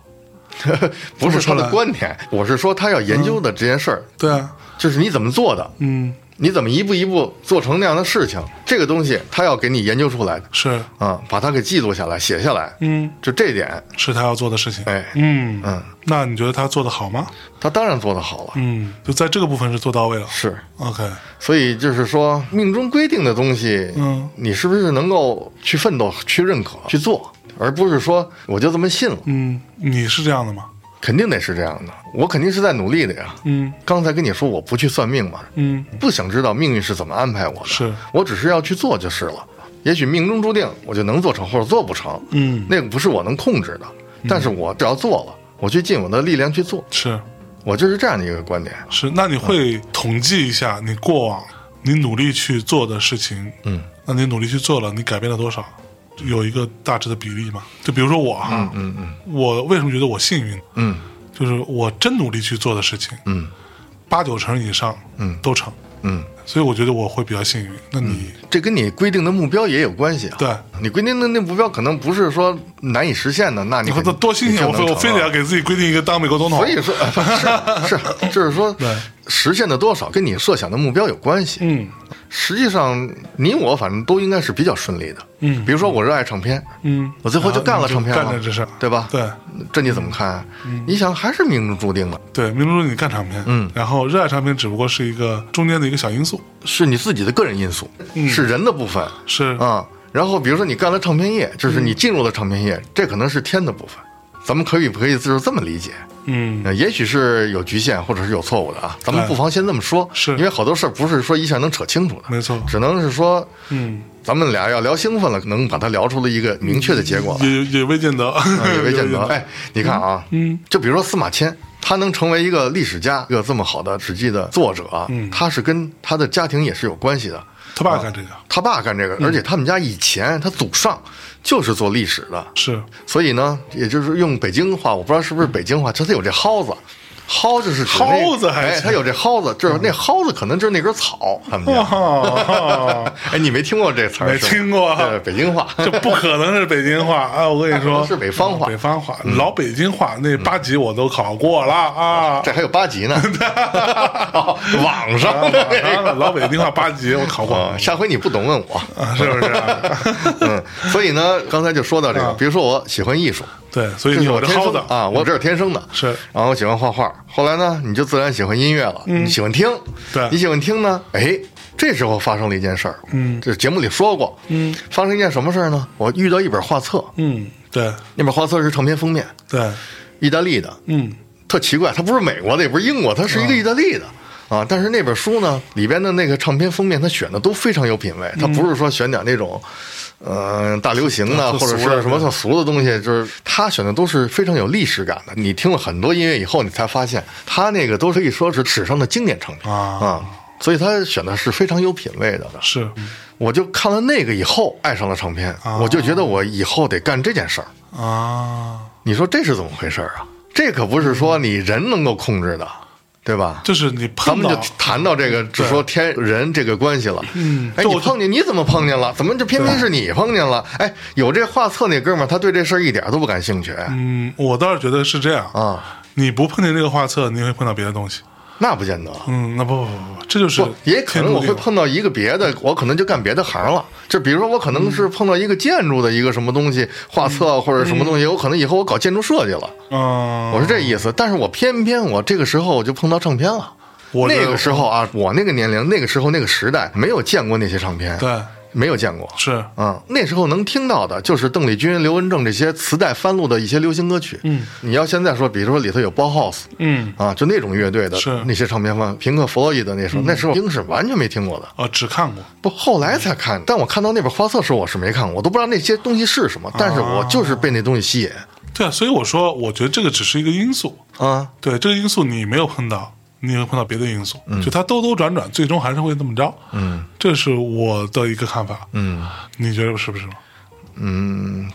[SPEAKER 5] 不是他
[SPEAKER 4] 这么说
[SPEAKER 5] 的
[SPEAKER 4] 来
[SPEAKER 5] 观点，我是说他要研究的这件事儿，
[SPEAKER 4] 对啊，
[SPEAKER 5] 就是你怎么做的，
[SPEAKER 4] 嗯，
[SPEAKER 5] 你怎么一步一步做成那样的事情，这个东西他要给你研究出来，
[SPEAKER 4] 是，
[SPEAKER 5] 啊、把它给记录下来，写下来，
[SPEAKER 4] 嗯，
[SPEAKER 5] 就这点，
[SPEAKER 4] 是他要做的事情。
[SPEAKER 5] 哎，
[SPEAKER 4] 嗯
[SPEAKER 5] 嗯，
[SPEAKER 4] 那你觉得他做的好吗？
[SPEAKER 5] 他当然做得好了，
[SPEAKER 4] 嗯，就在这个部分是做到位了。
[SPEAKER 5] 是。
[SPEAKER 4] OK，
[SPEAKER 5] 所以就是说，命中规定的东西，
[SPEAKER 4] 嗯
[SPEAKER 5] 你是不是能够去奋斗、去认可、去做，而不是说我就这么信了？
[SPEAKER 4] 嗯，你是这样的吗？
[SPEAKER 5] 肯定得是这样的，我肯定是在努力的呀。
[SPEAKER 4] 嗯
[SPEAKER 5] 刚才跟你说我不去算命嘛，
[SPEAKER 4] 嗯，
[SPEAKER 5] 不想知道命运是怎么安排我的，
[SPEAKER 4] 是
[SPEAKER 5] 我只是要去做就是了。也许命中注定我就能做成或者做不成，
[SPEAKER 4] 嗯，
[SPEAKER 5] 那个不是我能控制的，但是我只要做了，我去尽我的力量去做，
[SPEAKER 4] 是
[SPEAKER 5] 我就是这样的一个观点。
[SPEAKER 4] 是。那你会统计一下你过往你努力去做的事情？
[SPEAKER 5] 嗯，
[SPEAKER 4] 那你努力去做了，你改变了多少？有一个大致的比例吗？就比如说我哈，
[SPEAKER 5] 嗯嗯
[SPEAKER 4] 我为什么觉得我幸运？
[SPEAKER 5] 嗯
[SPEAKER 4] 就是我真努力去做的事情，
[SPEAKER 5] 嗯
[SPEAKER 4] 八九成以上，
[SPEAKER 5] 嗯
[SPEAKER 4] 都成。
[SPEAKER 5] 嗯，
[SPEAKER 4] 所以我觉得我会比较幸运。那你
[SPEAKER 5] 这跟你规定的目标也有关系啊。
[SPEAKER 4] 对，
[SPEAKER 5] 你规定的那目标可能不是说难以实现的，那你
[SPEAKER 4] 你
[SPEAKER 5] 可
[SPEAKER 4] 说这多新鲜！我非我非得要。给自己规定一个当美国总统
[SPEAKER 5] 所。以说， 是是，就是说
[SPEAKER 4] 对，
[SPEAKER 5] 实现的多少跟你设想的目标有关系。
[SPEAKER 4] 嗯
[SPEAKER 5] 实际上，你我反正都应该是比较顺利的。
[SPEAKER 4] 嗯
[SPEAKER 5] 比如说我热爱唱片，
[SPEAKER 4] 嗯，
[SPEAKER 5] 我最后就干了唱片
[SPEAKER 4] 干
[SPEAKER 5] 了
[SPEAKER 4] 了这事儿，
[SPEAKER 5] 对吧？
[SPEAKER 4] 对，嗯
[SPEAKER 5] 这你怎么看啊？你想还是命中注定的，
[SPEAKER 4] 对，明珠你干唱片，
[SPEAKER 5] 嗯
[SPEAKER 4] 然后热爱唱片只不过是一个中间的一个小因素，
[SPEAKER 5] 是你自己的个人因素，
[SPEAKER 4] 嗯
[SPEAKER 5] 是人的部分
[SPEAKER 4] 是
[SPEAKER 5] 啊。然后比如说你干了唱片业，就是
[SPEAKER 4] 嗯
[SPEAKER 5] 你进入了唱片业，这可能是天的部分。咱们可以不可以就是这么理解？
[SPEAKER 4] 嗯，
[SPEAKER 5] 呃，也许是有局限，或者是有错误的啊。咱们
[SPEAKER 4] 对
[SPEAKER 5] 不妨先这么说，
[SPEAKER 4] 是
[SPEAKER 5] 因为好多事儿不是说一下能扯清楚的，
[SPEAKER 4] 没错
[SPEAKER 5] 只能是说，
[SPEAKER 4] 嗯，
[SPEAKER 5] 咱们俩要聊兴奋了，能把它聊出了一个明确的结果来，
[SPEAKER 4] 也也未见得，
[SPEAKER 5] 嗯也 未见得。哎，你看啊，
[SPEAKER 4] 嗯，
[SPEAKER 5] 就比如说司马迁，他能成为一个历史家，一个这么好的《史记》的作者啊，
[SPEAKER 4] 嗯
[SPEAKER 5] 他是跟他的家庭也是有关系的。
[SPEAKER 4] 他
[SPEAKER 5] 嗯
[SPEAKER 4] 爸干这个
[SPEAKER 5] 他爸干这个，而且
[SPEAKER 4] 嗯
[SPEAKER 5] 他们家以前他祖上就是做历史的，
[SPEAKER 4] 是
[SPEAKER 5] 所以呢，也就是用北京话，我不知道是不是北京话，就是它有这蒿子，蒿就是指那
[SPEAKER 4] 蒿子还
[SPEAKER 5] 哎，
[SPEAKER 4] 行
[SPEAKER 5] 它有这蒿子，就是那蒿子可能就是那根草，他们家。
[SPEAKER 4] 哦，
[SPEAKER 5] 哎，你没听过这词儿？
[SPEAKER 4] 没
[SPEAKER 5] 是吗
[SPEAKER 4] 听过啊
[SPEAKER 5] 对北 京话。
[SPEAKER 4] 这不可能是北京话啊！我跟你说，
[SPEAKER 5] 是北方话嗯
[SPEAKER 4] 北方话，老北京话那八级我都考过了啊
[SPEAKER 5] 这。还有 八级呢，哦网
[SPEAKER 4] 啊
[SPEAKER 5] 上的那个
[SPEAKER 4] 老北京话八级我考过
[SPEAKER 5] 啊，下回你不懂问我。
[SPEAKER 4] 啊，是不是啊？
[SPEAKER 5] 嗯，所以呢，刚才就说到这个，
[SPEAKER 4] 啊
[SPEAKER 5] 比如说我喜欢艺术，
[SPEAKER 4] 对，所以
[SPEAKER 5] 这
[SPEAKER 4] 你
[SPEAKER 5] 是我
[SPEAKER 4] 有这
[SPEAKER 5] 天
[SPEAKER 4] 蒿
[SPEAKER 5] 生
[SPEAKER 4] 子
[SPEAKER 5] 的，啊，我这是天生的，
[SPEAKER 4] 是
[SPEAKER 5] 然后我喜欢画画，后来呢，你就自然喜欢音乐了，你喜欢听，
[SPEAKER 4] 嗯对
[SPEAKER 5] 你喜欢听呢，哎，这时候发生了一件事儿，嗯，这节目里说过，嗯，发生一件什么事儿呢？我遇到一本画册，
[SPEAKER 4] 嗯，对
[SPEAKER 5] 那本画册是唱片封面，
[SPEAKER 4] 对，
[SPEAKER 5] 意大利的，
[SPEAKER 4] 嗯
[SPEAKER 5] 特奇怪，它不是美国的，也不是英国，它是一个意大利的。啊，但是那本书呢，里边的那个唱片封面，它选的都非常有品位，
[SPEAKER 4] 嗯
[SPEAKER 5] 它不是说选点那种，呃，大流行的
[SPEAKER 4] 特
[SPEAKER 5] 或者
[SPEAKER 4] 俗的
[SPEAKER 5] 是什么特俗的东西，就是它选的都是非常有历史感的。你听了很多音乐以后，你才发现它那个都可以说是史上的经典唱片
[SPEAKER 4] 啊
[SPEAKER 5] 所以它选的是非常有品位的。
[SPEAKER 4] 是
[SPEAKER 5] 我就看了那个以后，爱上了唱片，我就觉得我以后得干这件事儿。
[SPEAKER 4] 啊，
[SPEAKER 5] 你说这是怎么回事儿啊？这可不是说你人能够控制的，对吧？
[SPEAKER 4] 就是你
[SPEAKER 5] 咱
[SPEAKER 4] 嗯碰
[SPEAKER 5] 们
[SPEAKER 4] 到嗯
[SPEAKER 5] 就谈到这个，只说天人这个关系了。嗯，哎，
[SPEAKER 4] 就
[SPEAKER 5] 你碰见你怎么碰见了？怎么就偏偏是你碰见了？哎，有这画册那哥们儿，他对这事儿一点都不感兴趣。
[SPEAKER 4] 嗯嗯，我倒是觉得是这样
[SPEAKER 5] 啊。
[SPEAKER 4] 你不碰见这个画册，你会碰到别的东西。
[SPEAKER 5] 那不见得。
[SPEAKER 4] 嗯，那不不不不，这就是
[SPEAKER 5] 不，也可能我
[SPEAKER 4] 天
[SPEAKER 5] 会
[SPEAKER 4] 注定
[SPEAKER 5] 碰到一个别的，我可能就干别的行了。就比如说，我可能
[SPEAKER 4] 嗯
[SPEAKER 5] 是碰到一个建筑的一个什么东西，画册或者什么东西，我可能以后我搞建筑设计了，
[SPEAKER 4] 嗯，
[SPEAKER 5] 我是这意思。但是我偏偏我这个时候我就碰到唱片了。
[SPEAKER 4] 我
[SPEAKER 5] 那
[SPEAKER 4] 的
[SPEAKER 5] 个时候啊，我那个年龄、那个时候、那个时代，没有见过那些唱片，
[SPEAKER 4] 对
[SPEAKER 5] 没有见过。
[SPEAKER 4] 是
[SPEAKER 5] 嗯，那时候能听到的就是邓丽君、刘文正这些磁带翻录的一些流行歌曲。嗯，你要现在说，比如说里头有 Bauhaus，
[SPEAKER 4] 嗯
[SPEAKER 5] 啊，就那种乐队的
[SPEAKER 4] 是嗯
[SPEAKER 5] 那些唱片放平克·弗洛伊德那时候，那时候英是完全没听过的。
[SPEAKER 4] 哦，只看过
[SPEAKER 5] 不，后来才看，但我看到那本画册时候，我是没看过，我都不知道那些东西是什么，但是
[SPEAKER 4] 啊
[SPEAKER 5] 我就是被那东西吸引
[SPEAKER 4] 对啊，所以我说，我觉得这个只是一个因素，
[SPEAKER 5] 啊。
[SPEAKER 4] 对这个因素你没有碰到，你也会碰到别的因素，
[SPEAKER 5] 嗯
[SPEAKER 4] 就它兜兜转转，最终还是会那么着。嗯，这是我的一个看法。嗯，你觉得是不是吗？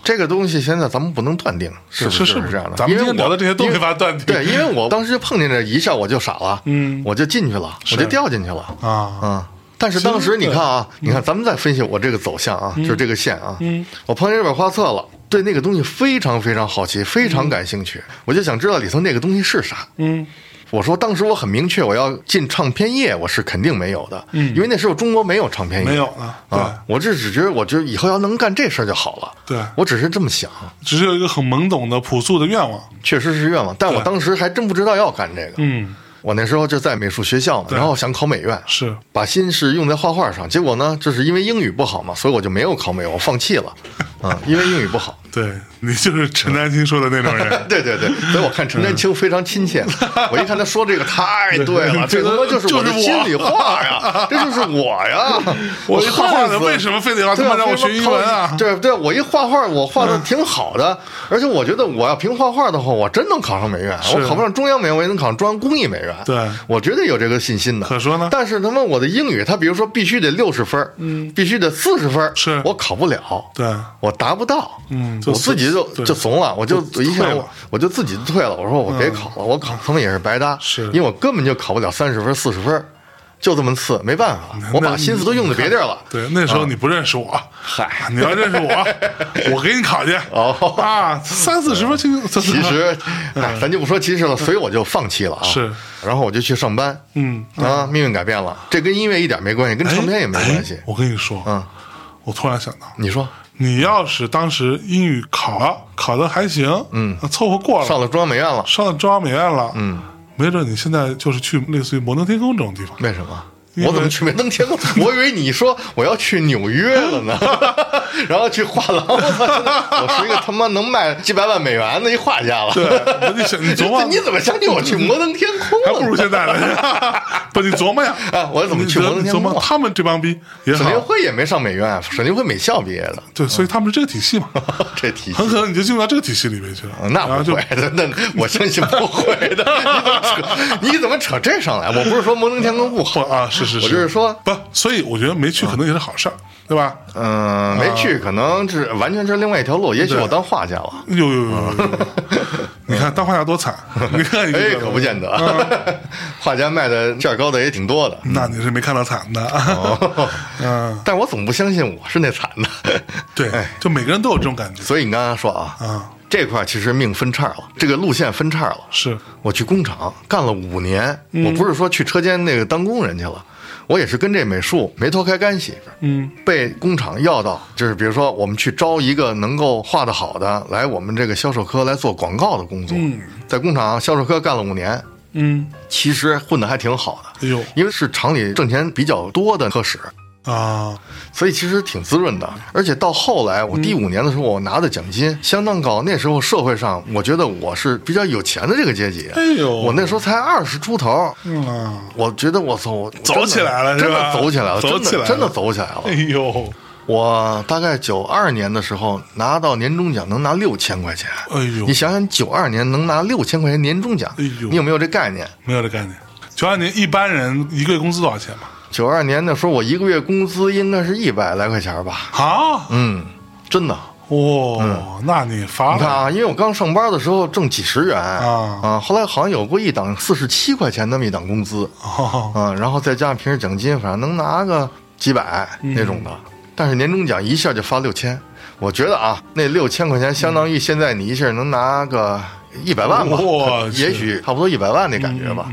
[SPEAKER 5] 这个东西现在咱们不能断定是不
[SPEAKER 4] 是
[SPEAKER 5] 是
[SPEAKER 4] 是
[SPEAKER 5] 这样的，
[SPEAKER 4] 咱们
[SPEAKER 5] 因
[SPEAKER 4] 今
[SPEAKER 5] 为
[SPEAKER 4] 天聊
[SPEAKER 5] 我
[SPEAKER 4] 的这些都
[SPEAKER 5] 因为
[SPEAKER 4] 没法断定
[SPEAKER 5] 对，因为 我当时就碰见这一下，我就傻了，
[SPEAKER 4] 嗯
[SPEAKER 5] 我就进去了，我就掉进去了
[SPEAKER 4] 啊
[SPEAKER 5] 啊。但是当
[SPEAKER 4] 其
[SPEAKER 5] 时你
[SPEAKER 4] 实
[SPEAKER 5] 看啊，
[SPEAKER 4] 嗯
[SPEAKER 5] 你看咱们再分析我这个走向啊，就是这个线啊，我碰见这本画册了，对那个东西非常非常好奇，非常感兴趣，我就想知道里头那个东西是啥。
[SPEAKER 4] 嗯，
[SPEAKER 5] 我说当时我很明确，我要进唱片业，我是肯定没有的，嗯，因为那时候中国没有唱片业，
[SPEAKER 4] 没有啊
[SPEAKER 5] 嗯啊，我这只觉得，我觉得以后要能干这事儿就好了，
[SPEAKER 4] 对
[SPEAKER 5] 我只是这么想，
[SPEAKER 4] 只是有一个很懵懂的、朴素的愿望。
[SPEAKER 5] 确实是愿望，但我当时还真不知道要干这个。
[SPEAKER 4] 嗯，
[SPEAKER 5] 我那时候就在美术学校嘛，然后想考美院，
[SPEAKER 4] 是
[SPEAKER 5] 把心思用在画画上。结果呢，就是因为英语不好嘛，所以我就没有考美院，我放弃 了。啊，因为英语不好。
[SPEAKER 4] 对你就是陈丹青说的那种人。
[SPEAKER 5] 对对对，所以我看陈丹青非常 亲切。我一看他说这个太对了，这他妈就是我的
[SPEAKER 4] 就是我
[SPEAKER 5] 心里话呀，这就是我 呀。
[SPEAKER 4] 我
[SPEAKER 5] 一
[SPEAKER 4] 画画的
[SPEAKER 5] 恨死
[SPEAKER 4] 为什么非得要他妈
[SPEAKER 5] 对啊
[SPEAKER 4] 让我
[SPEAKER 5] 非
[SPEAKER 4] 学
[SPEAKER 5] 常
[SPEAKER 4] 英文啊
[SPEAKER 5] 讨厌？对对，我一画画，我画的
[SPEAKER 4] 嗯
[SPEAKER 5] 挺好的，而且我觉得我要凭画画的话，我真能考上美院。我考不上中央美院，我也能考上中央工艺美院。
[SPEAKER 4] 对
[SPEAKER 5] 我绝对有这个信心的。
[SPEAKER 4] 可说呢
[SPEAKER 5] 但是他妈我的英语，他比如说必须得六十分，嗯，必须得四十分，
[SPEAKER 4] 是
[SPEAKER 5] 我考不了。
[SPEAKER 4] 对
[SPEAKER 5] 我达不到，
[SPEAKER 4] 嗯就
[SPEAKER 5] 我自己就
[SPEAKER 4] 对
[SPEAKER 5] 就怂了，我就
[SPEAKER 4] 就
[SPEAKER 5] 一
[SPEAKER 4] 退
[SPEAKER 5] 下
[SPEAKER 4] 了嗯
[SPEAKER 5] 我我就自己退了，我说我别考了，我考他们也是白搭，
[SPEAKER 4] 是
[SPEAKER 5] 因为我根本就考不了三十分四十分，就这么次，没办法，我把心思都用在别地儿了，
[SPEAKER 4] 对，那
[SPEAKER 5] 啊
[SPEAKER 4] 时候你不认识我，嗨，你要认识 我，我给你考去。
[SPEAKER 5] 哦
[SPEAKER 4] 啊，三四十分清，
[SPEAKER 5] 其 实，哎，咱就不说其实了，所以我就放弃了啊。
[SPEAKER 4] 嗯是，
[SPEAKER 5] 然后我就去上班。
[SPEAKER 4] 嗯
[SPEAKER 5] 啊，命运改变了，这跟音乐一点没关系，跟唱片也没关系
[SPEAKER 4] 哎哎。我跟你说，
[SPEAKER 5] 嗯，
[SPEAKER 4] 我突然想到，
[SPEAKER 5] 你说
[SPEAKER 4] 你要是当时英语考了，考的还行，嗯，凑合过了，
[SPEAKER 5] 上了中央美院了，
[SPEAKER 4] 上了中央美院了，嗯，没准你现在就是去类似于摩登天空这种地方，
[SPEAKER 5] 为什么？
[SPEAKER 4] 因为
[SPEAKER 5] 我怎么去没登 天空？我以为你说我要去纽约了呢，然后去画廊。我操真的我是一个他妈能卖几百万美元的一画家了。，
[SPEAKER 4] 对，我就想你琢磨
[SPEAKER 5] 你怎么相信我去摩登天空
[SPEAKER 4] 还
[SPEAKER 5] 了呢？
[SPEAKER 4] 不如现在呢， 不，你琢磨呀，
[SPEAKER 5] 啊我怎么去摩登
[SPEAKER 4] 你
[SPEAKER 5] 天
[SPEAKER 4] 琢
[SPEAKER 5] 空啊
[SPEAKER 4] 磨他们这帮逼也
[SPEAKER 5] 沈凌
[SPEAKER 4] 好，
[SPEAKER 5] 辉也没上美院，啊沈凌辉美校毕业的，
[SPEAKER 4] 对，所以他们是这个体系嘛，
[SPEAKER 5] 这体系
[SPEAKER 4] 很可能你就进入到这个体系里面去了，然
[SPEAKER 5] 嗯那
[SPEAKER 4] 后
[SPEAKER 5] 不
[SPEAKER 4] 就
[SPEAKER 5] 会的，那我相信不会的。你怎么扯？你怎么扯这上来？我不是说摩登天空不
[SPEAKER 4] 不
[SPEAKER 5] 好
[SPEAKER 4] 啊，是是是，
[SPEAKER 5] 我就是说，
[SPEAKER 4] 不，所以我觉得没去可能也是好事儿，对吧？
[SPEAKER 5] 嗯，没去，可能是完全是另外一条路。也许我当画家了，
[SPEAKER 4] 呦呦呦呦呦！呦 你看当画家多 惨，你看你
[SPEAKER 5] 哎，可不见
[SPEAKER 4] 嗯
[SPEAKER 5] 得。画家卖的价高的也挺多的，
[SPEAKER 4] 那你是没看到惨的，
[SPEAKER 5] 哦
[SPEAKER 4] 嗯，
[SPEAKER 5] 但我总不相信我是那惨的。
[SPEAKER 4] 对，就每个人都有这种感觉
[SPEAKER 5] 哎所以你刚才说啊，
[SPEAKER 4] 啊，
[SPEAKER 5] 这块其实命分叉了，这个路线分叉了。
[SPEAKER 4] 是
[SPEAKER 5] 我去工厂干了五年，
[SPEAKER 4] 嗯
[SPEAKER 5] 我不是说去车间那个当工人去了，我也是跟这美术没脱开干系。
[SPEAKER 4] 嗯，
[SPEAKER 5] 被工厂要到，就是比如说我们去招一个能够画得好的来我们这个销售科来做广告的工作，在工厂啊销售科干了五年，
[SPEAKER 4] 嗯，
[SPEAKER 5] 其实混得还挺好的，
[SPEAKER 4] 哎呦
[SPEAKER 5] 因为是厂里挣钱比较多的科室，
[SPEAKER 4] 啊，
[SPEAKER 5] 所以其实挺滋润的。而且到后来，我第五年的时候，我拿的奖金相当高。那时候社会上，我觉得我是比较有钱的这个阶级。
[SPEAKER 4] 哎呦
[SPEAKER 5] 我那时候才二十出头，
[SPEAKER 4] 嗯，
[SPEAKER 5] 我觉得我操，我
[SPEAKER 4] 走
[SPEAKER 5] 真的
[SPEAKER 4] 起来了是
[SPEAKER 5] 真
[SPEAKER 4] 吧
[SPEAKER 5] 的走起来了，
[SPEAKER 4] 走
[SPEAKER 5] 真的
[SPEAKER 4] 起来了
[SPEAKER 5] 真的走起来了
[SPEAKER 4] 哎。呦，
[SPEAKER 5] 我大概九二年的时候拿到年终奖，能拿六千块钱。
[SPEAKER 4] 哎呦
[SPEAKER 5] 你想想，九二年能拿六千块钱年终奖，
[SPEAKER 4] 哎呦
[SPEAKER 5] 你有没有这概念？
[SPEAKER 4] 没有这概念。九二年一般人一个月工资多少钱嘛？
[SPEAKER 5] 九二年的时候，我一个月工资应该是一百来块钱吧。
[SPEAKER 4] 啊，
[SPEAKER 5] 嗯，真的。
[SPEAKER 4] 哦，那你发
[SPEAKER 5] 嗯你看
[SPEAKER 4] 了，
[SPEAKER 5] 啊，因为我刚上班的时候挣几十元
[SPEAKER 4] 啊
[SPEAKER 5] 后来好像有过一档四十七块钱那么一档工资
[SPEAKER 4] 哦
[SPEAKER 5] 啊，然后再加上平时奖金，反正能拿个几百
[SPEAKER 4] 嗯
[SPEAKER 5] 那种的。但是年终奖一下就发六千，我觉得啊，那六千块钱相当于
[SPEAKER 4] 嗯
[SPEAKER 5] 现在你一下能拿个一百万吧
[SPEAKER 4] 我，去嗯
[SPEAKER 5] 也许差不多一百万那感觉吧。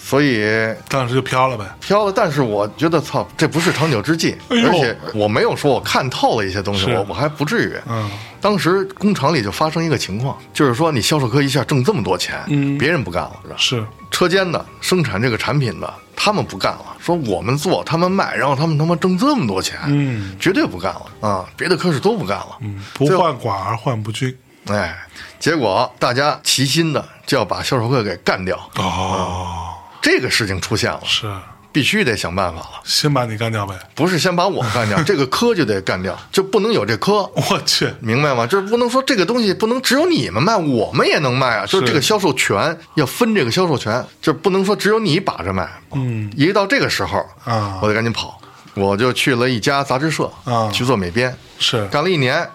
[SPEAKER 5] 所以
[SPEAKER 4] 当时就飘了呗。
[SPEAKER 5] 飘了。但是我觉得操，这不是长久之计，
[SPEAKER 4] 哎呦
[SPEAKER 5] 而且我没有说我看透了一些东西，
[SPEAKER 4] 是
[SPEAKER 5] 我我还不至于。
[SPEAKER 4] 嗯，
[SPEAKER 5] 当时工厂里就发生一个情况，就是说你销售科一下挣这么多钱，
[SPEAKER 4] 嗯
[SPEAKER 5] 别人不干了，是吧？
[SPEAKER 4] 是，
[SPEAKER 5] 车间的生产这个产品的，他们不干了，说我们做，他们卖，然后他们他妈挣这么多钱，
[SPEAKER 4] 嗯，
[SPEAKER 5] 绝对不干了啊！别的科室都不干了，嗯，
[SPEAKER 4] 不患寡而患不均。
[SPEAKER 5] 哎，结果大家齐心的就要把销售会给干掉，
[SPEAKER 4] 哦，
[SPEAKER 5] 这个事情出现了，
[SPEAKER 4] 是，
[SPEAKER 5] 必须得想办法了，
[SPEAKER 4] 先把你干掉呗。
[SPEAKER 5] 不是先把我干 掉，这个科就得干掉，就不能有这科。
[SPEAKER 4] 我去，
[SPEAKER 5] 明白吗？就是不能说这个东西不能只有你们卖，我们也能卖啊。就是
[SPEAKER 4] 是
[SPEAKER 5] 这个销售权要分这个销售权，就是不能说只有你把着卖。
[SPEAKER 4] 嗯，
[SPEAKER 5] 一到这个时候
[SPEAKER 4] 啊
[SPEAKER 5] 我得赶紧跑，我就去了一家杂志社
[SPEAKER 4] 啊
[SPEAKER 5] 去做美编，
[SPEAKER 4] 是，
[SPEAKER 5] 干了一年。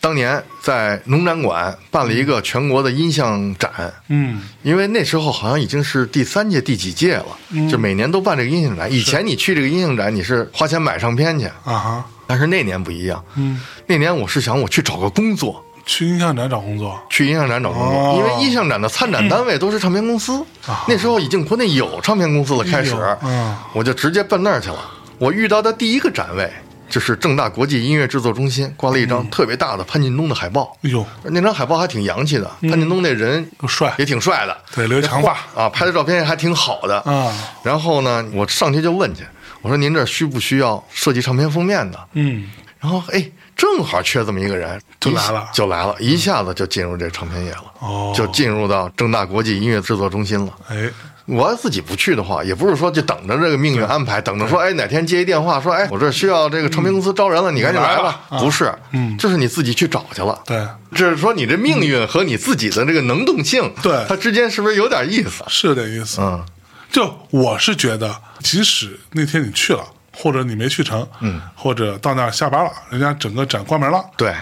[SPEAKER 5] 当年在农展馆办了一个全国的音像展，
[SPEAKER 4] 嗯，
[SPEAKER 5] 因为那时候好像已经是第三届、第几届了，就每年都办这个音像展。以前你去这个音像展，你是花钱买唱片去，
[SPEAKER 4] 啊哈，
[SPEAKER 5] 但是那年不一样。
[SPEAKER 4] 嗯，
[SPEAKER 5] 那年我是想我去找个工作，
[SPEAKER 4] 去音像展找工作
[SPEAKER 5] 去音像展找工作，
[SPEAKER 4] 哦
[SPEAKER 5] 因为音像展的参展单位都是唱片公司。那时候已经国内有唱片公司了，开始，
[SPEAKER 4] 哎呦嗯
[SPEAKER 5] 我就直接奔那儿去了。我遇到的第一个展位就是正大国际音乐制作中心，挂了一
[SPEAKER 4] 嗯
[SPEAKER 5] 张特别大的潘劲东的海报。
[SPEAKER 4] 哎呦，
[SPEAKER 5] 那张海报还挺洋气的，潘劲东那人
[SPEAKER 4] 又帅
[SPEAKER 5] 也挺帅的，
[SPEAKER 4] 嗯对留长发
[SPEAKER 5] 啊，拍的照片还挺好的
[SPEAKER 4] 啊。
[SPEAKER 5] 然后呢，我上去就问去，我说您这儿需不需要设计唱片封面的？
[SPEAKER 4] 嗯，
[SPEAKER 5] 然后哎，正好缺这么一个人，
[SPEAKER 4] 就
[SPEAKER 5] 一
[SPEAKER 4] 来了嗯
[SPEAKER 5] 就来了，一下子就进入这唱片业了，
[SPEAKER 4] 哦
[SPEAKER 5] 就进入到正大国际音乐制作中心了。
[SPEAKER 4] 哎，
[SPEAKER 5] 我要自己不去的话，也不是说就等着这个命运安排，等着说哎哪天接一电话说哎我这需要这个唱片公司招人了，你赶紧来吧，不是，
[SPEAKER 4] 嗯
[SPEAKER 5] 就是你自己去找去了。
[SPEAKER 4] 对，
[SPEAKER 5] 这是说你这命运和你自己的这个能动性，
[SPEAKER 4] 对
[SPEAKER 5] 它之间是不是有点意思？
[SPEAKER 4] 是有点意思。
[SPEAKER 5] 嗯，
[SPEAKER 4] 就我是觉得，即使那天你去了，或者你没去成，嗯，或者到那儿下班了，人家整个展关门了，
[SPEAKER 5] 对，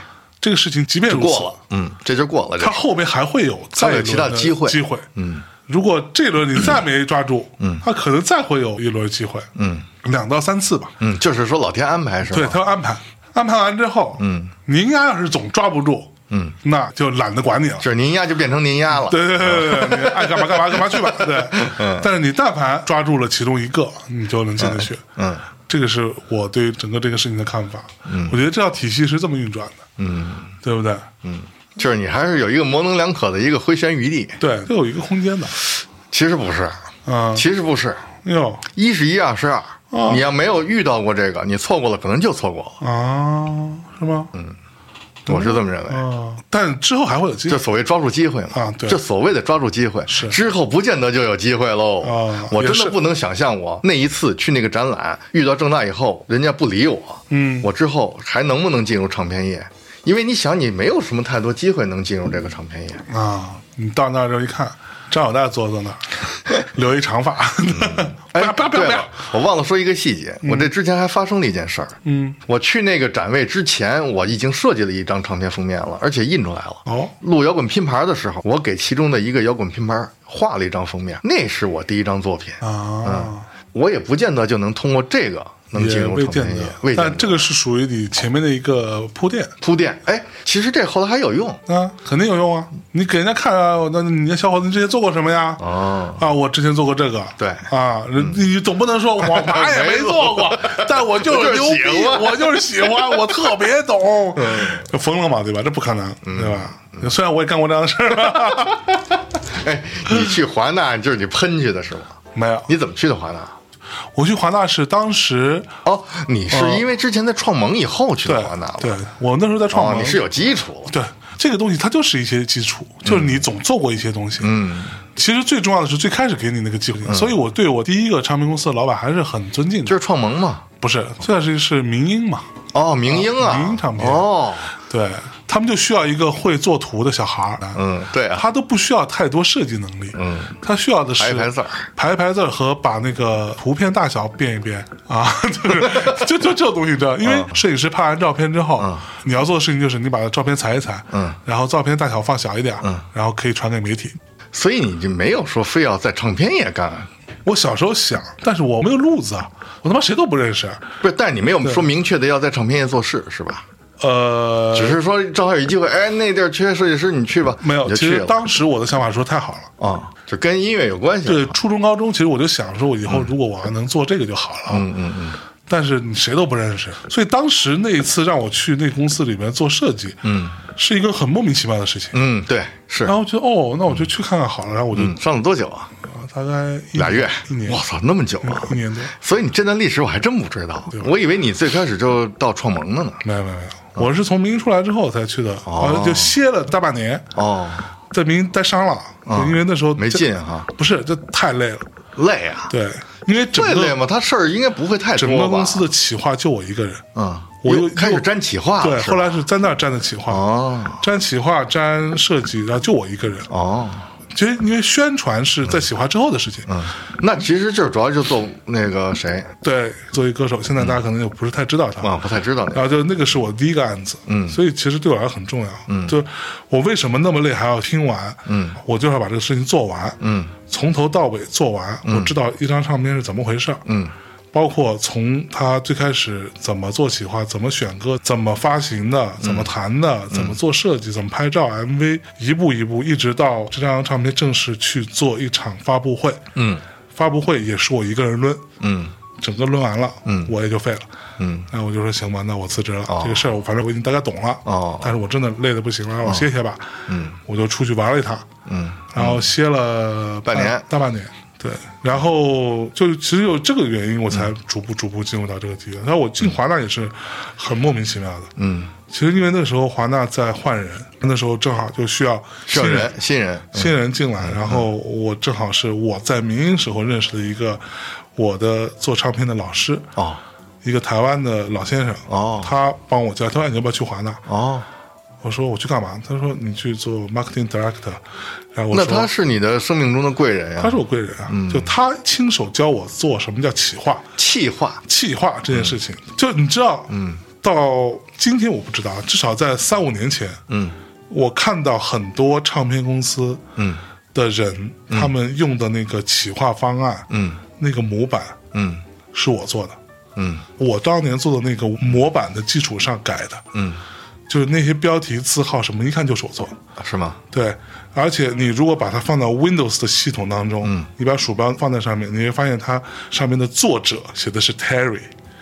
[SPEAKER 4] 这个事情即便如
[SPEAKER 5] 过
[SPEAKER 4] 此，
[SPEAKER 5] 了，嗯，这就过了，这
[SPEAKER 4] 它后面还会有再一轮
[SPEAKER 5] 还有其他的机会
[SPEAKER 4] 机会，嗯。如果这轮你再没抓住，嗯，他可能再会有一轮机会，嗯，两到三次吧，
[SPEAKER 5] 嗯，就是说老天安排是吧？
[SPEAKER 4] 对，他要安排，安排完之后，嗯，你应该要是总抓不住，嗯，那就懒得管你了，
[SPEAKER 5] 就是您压就变成您压了，
[SPEAKER 4] 对对对对对，你爱干嘛干嘛干嘛去吧。对，但是你但凡抓住了其中一个，你就能进得去。
[SPEAKER 5] 嗯，
[SPEAKER 4] 这个是我对整个这个事情的看法。嗯，我觉得这套体系是这么运转的。嗯，对不对？
[SPEAKER 5] 就是你还是有一个模棱两可的一个回旋余地。
[SPEAKER 4] 对，都有一个空间的。
[SPEAKER 5] 其实不是，
[SPEAKER 4] 啊，
[SPEAKER 5] 其实不是，
[SPEAKER 4] 哟
[SPEAKER 5] 一是一，二是二。你要没有遇到过这个，你错过了，可能就错过了。
[SPEAKER 4] 啊，是吗？嗯
[SPEAKER 5] 我是这么认为，
[SPEAKER 4] 啊，但之后还会有机
[SPEAKER 5] 就
[SPEAKER 4] 会。
[SPEAKER 5] 所谓抓住机会嘛。
[SPEAKER 4] 啊对
[SPEAKER 5] 就所谓的抓住机会，
[SPEAKER 4] 是
[SPEAKER 5] 之后不见得就有机会喽
[SPEAKER 4] 啊。
[SPEAKER 5] 我真
[SPEAKER 4] 也
[SPEAKER 5] 的
[SPEAKER 4] 是
[SPEAKER 5] 不能想象，我那一次去那个展览，遇到正大以后，人家不理我，
[SPEAKER 4] 嗯
[SPEAKER 5] 我之后还能不能进入唱片业？因为你想，你没有什么太多机会能进入这个唱片业。
[SPEAKER 4] 啊，你到那儿之后一看，张小戴坐坐那 儿，留一长发，不
[SPEAKER 5] 哎，
[SPEAKER 4] 要 不要不要
[SPEAKER 5] 对
[SPEAKER 4] 不
[SPEAKER 5] 了
[SPEAKER 4] 要！，
[SPEAKER 5] 我忘了说一个细节，我这之前还发生了一件事儿。
[SPEAKER 4] 嗯，
[SPEAKER 5] 我去那个展位之前，我已经设计了一张唱片封面了，而且印出来了。
[SPEAKER 4] 哦
[SPEAKER 5] 录摇滚拼盘的时候，我给其中的一个摇滚拼盘画了一张封面，那是我第一张作品。
[SPEAKER 4] 啊，
[SPEAKER 5] 我也不见得就能通过这个能进
[SPEAKER 4] 也
[SPEAKER 5] 入
[SPEAKER 4] 未
[SPEAKER 5] 唱
[SPEAKER 4] 见
[SPEAKER 5] 片业
[SPEAKER 4] 得，，
[SPEAKER 5] 未见
[SPEAKER 4] 但
[SPEAKER 5] 得
[SPEAKER 4] 这个是属于你前面的一个铺垫
[SPEAKER 5] 铺垫。哎，其实这后来还有用。
[SPEAKER 4] 啊，肯定有用啊！你给人家看啊，那你那小伙子，你之前做过什么呀？
[SPEAKER 5] 哦，
[SPEAKER 4] 啊，我之前做过这个，
[SPEAKER 5] 对嗯
[SPEAKER 4] 啊，人你总不能说我嘛也没做过，但我就
[SPEAKER 5] 我
[SPEAKER 4] 是
[SPEAKER 5] 就是
[SPEAKER 4] 牛
[SPEAKER 5] 喜
[SPEAKER 4] 逼，
[SPEAKER 5] 欢嗯
[SPEAKER 4] 我就是喜欢，我特别懂，就疯了嘛，对吧？这不可能，对吧？虽然我也干过这样的事儿，
[SPEAKER 5] 哎，你去华纳就是你喷去的是吗？
[SPEAKER 4] 没有，
[SPEAKER 5] 你怎么去的华纳？
[SPEAKER 4] 我去华纳是当时
[SPEAKER 5] 哦，你是因为之前在创盟以后去
[SPEAKER 4] 对
[SPEAKER 5] 的华纳了。
[SPEAKER 4] 对，我那时候在创
[SPEAKER 5] 哦，
[SPEAKER 4] 盟，
[SPEAKER 5] 你是有基础。
[SPEAKER 4] 对这个东西，它就是一些基础，就是
[SPEAKER 5] 嗯
[SPEAKER 4] 你总做过一些东西。嗯，其实最重要的是最开始给你那个机会，所以我对我第一个唱片公司的老板还是很尊敬的。
[SPEAKER 5] 嗯就是创盟嘛。
[SPEAKER 4] 不是，最开始是民音嘛，
[SPEAKER 5] 哦，明英啊，
[SPEAKER 4] 明英唱片
[SPEAKER 5] 哦，
[SPEAKER 4] 对他们就需要一个会做图的小孩儿。
[SPEAKER 5] 嗯，对啊，
[SPEAKER 4] 他都不需要太多设计能力，嗯，他需要的是
[SPEAKER 5] 排一排字儿
[SPEAKER 4] 排一排字儿和把那个图片大小变一变啊， 就是就就这种东西，知道？因
[SPEAKER 5] 嗯
[SPEAKER 4] 为摄影师拍完照片之后，你要做的事情就是你把照片裁一裁，嗯，然后照片大小放小一点，嗯，然后可以传给媒体。
[SPEAKER 5] 所以你就没有说非要在唱片业干，
[SPEAKER 4] 我小时候想，但是我没有路子啊，我他妈谁都不认识。
[SPEAKER 5] 不是？但是你没有说明确的要在唱片业做事，是吧？
[SPEAKER 4] 呃，
[SPEAKER 5] 只是说正好有一机会，哎，那地儿缺设计师，你去吧，
[SPEAKER 4] 没有
[SPEAKER 5] 你。就
[SPEAKER 4] 其
[SPEAKER 5] 去
[SPEAKER 4] 实
[SPEAKER 5] 了
[SPEAKER 4] 当时我的想法说太好了。
[SPEAKER 5] 啊，就跟音乐有关系。
[SPEAKER 4] 对，初中、高中，其实我就想说，我以后如果我要能做这个就好了。嗯嗯嗯。但是你谁都不认识，所以当时那一次让我去那公司里面做设计，嗯，是一个很莫名其妙的事情。
[SPEAKER 5] 嗯，对，是
[SPEAKER 4] 然。后就哦，那我就去看看好了。然后我就、
[SPEAKER 5] 嗯上了多久啊？
[SPEAKER 4] 大概一
[SPEAKER 5] 俩月
[SPEAKER 4] 一年，
[SPEAKER 5] 我操，那么久
[SPEAKER 4] 嗯
[SPEAKER 5] 啊！
[SPEAKER 4] 一年多。
[SPEAKER 5] 所以你这段历史我还真不知道，我以为你最开始就到创盟的呢。
[SPEAKER 4] 没有没有没有，
[SPEAKER 5] 嗯
[SPEAKER 4] 我是从民营出来之后才去的，好像就歇了大半年，
[SPEAKER 5] 哦，
[SPEAKER 4] 在民营待伤了，就因为那时候
[SPEAKER 5] 嗯没
[SPEAKER 4] 这
[SPEAKER 5] 劲啊哈，
[SPEAKER 4] 不是，这太累了。
[SPEAKER 5] 累啊，
[SPEAKER 4] 对，因为整
[SPEAKER 5] 会累
[SPEAKER 4] 个
[SPEAKER 5] 吗？他事儿应该不会太
[SPEAKER 4] 整个
[SPEAKER 5] 多吧？
[SPEAKER 4] 公司的企划就我一个人，
[SPEAKER 5] 嗯，
[SPEAKER 4] 我又
[SPEAKER 5] 又开始沾企划了，
[SPEAKER 4] 对，
[SPEAKER 5] 是
[SPEAKER 4] 后
[SPEAKER 5] 吧
[SPEAKER 4] 来是在那儿沾的企划，
[SPEAKER 5] 哦
[SPEAKER 4] 沾企划、沾设计，然后就我一个人。
[SPEAKER 5] 哦，
[SPEAKER 4] 其实因为宣传是在企划之后的事情，
[SPEAKER 5] 嗯啊那其实就是主要就做那个谁
[SPEAKER 4] 对，作为歌手，现在大家可能也不是太知道他。
[SPEAKER 5] 啊，不太知道那
[SPEAKER 4] 然
[SPEAKER 5] 个
[SPEAKER 4] 后就那个是我第一个案子，嗯，所以其实对我来说很重要，嗯，就我为什么那么累还要听完，嗯，我就是要把这个事情做完，嗯，从头到尾做完，我知道一张唱片是怎么回事，嗯，包括从他最开始怎么做企划、怎么选歌、怎么发行的、怎么弹的、怎么做设计、怎么拍照 MV，一步一步一直到这张唱片正式去做一场发布会，嗯，发布会也是我一个人抡，嗯。整个抡完了，嗯，我也就废了，嗯，那我就说行吧，那我辞职了。这个事儿我反正我已经大概懂了，
[SPEAKER 5] 哦
[SPEAKER 4] 但是我真的累的不行了，让我歇歇吧，嗯，我就出去玩了一趟，嗯，然后歇了
[SPEAKER 5] 半年
[SPEAKER 4] 大半年，对，然后就其实有这个原因，我才逐步逐步进入到这个体验。然后我
[SPEAKER 5] 嗯
[SPEAKER 4] 进华纳也是很莫名其妙的，嗯，其实因为那时候华纳在换人，那时候正好就需要
[SPEAKER 5] 需要
[SPEAKER 4] 新
[SPEAKER 5] 人嗯新人，
[SPEAKER 4] 新人进来，然后我正好是我在民营时候认识的一个我的做唱片的老师，
[SPEAKER 5] 哦
[SPEAKER 4] 一个台湾的老先生，
[SPEAKER 5] 哦
[SPEAKER 4] 他帮我叫，他说哎你要不要去华纳？
[SPEAKER 5] 哦，
[SPEAKER 4] 我说我去干嘛？他说你去做 marketing director，然后我
[SPEAKER 5] 那
[SPEAKER 4] 说
[SPEAKER 5] 他是嗯你的生命中的贵人
[SPEAKER 4] 他
[SPEAKER 5] 呀
[SPEAKER 4] 是，我贵人啊，就他亲手教我做什么叫企划，
[SPEAKER 5] 气化
[SPEAKER 4] 企划这件事情，就你知道，嗯，到今天我不知道，至少在三五年前，嗯，我看到很多唱片公司，嗯，的人
[SPEAKER 5] 嗯
[SPEAKER 4] 他们用的那个企划方案，嗯，那个模板，
[SPEAKER 5] 嗯，
[SPEAKER 4] 是我做的，
[SPEAKER 5] 嗯，
[SPEAKER 4] 我当年做的那个模板的基础上改的，嗯，就是那些标题、字号什么，一看就是我做的，
[SPEAKER 5] 啊是吗？
[SPEAKER 4] 对，而且你如果把它放到 Windows 的系统当中，嗯，你把鼠标放在上面，你会发现它上面的作者写的是 Terry。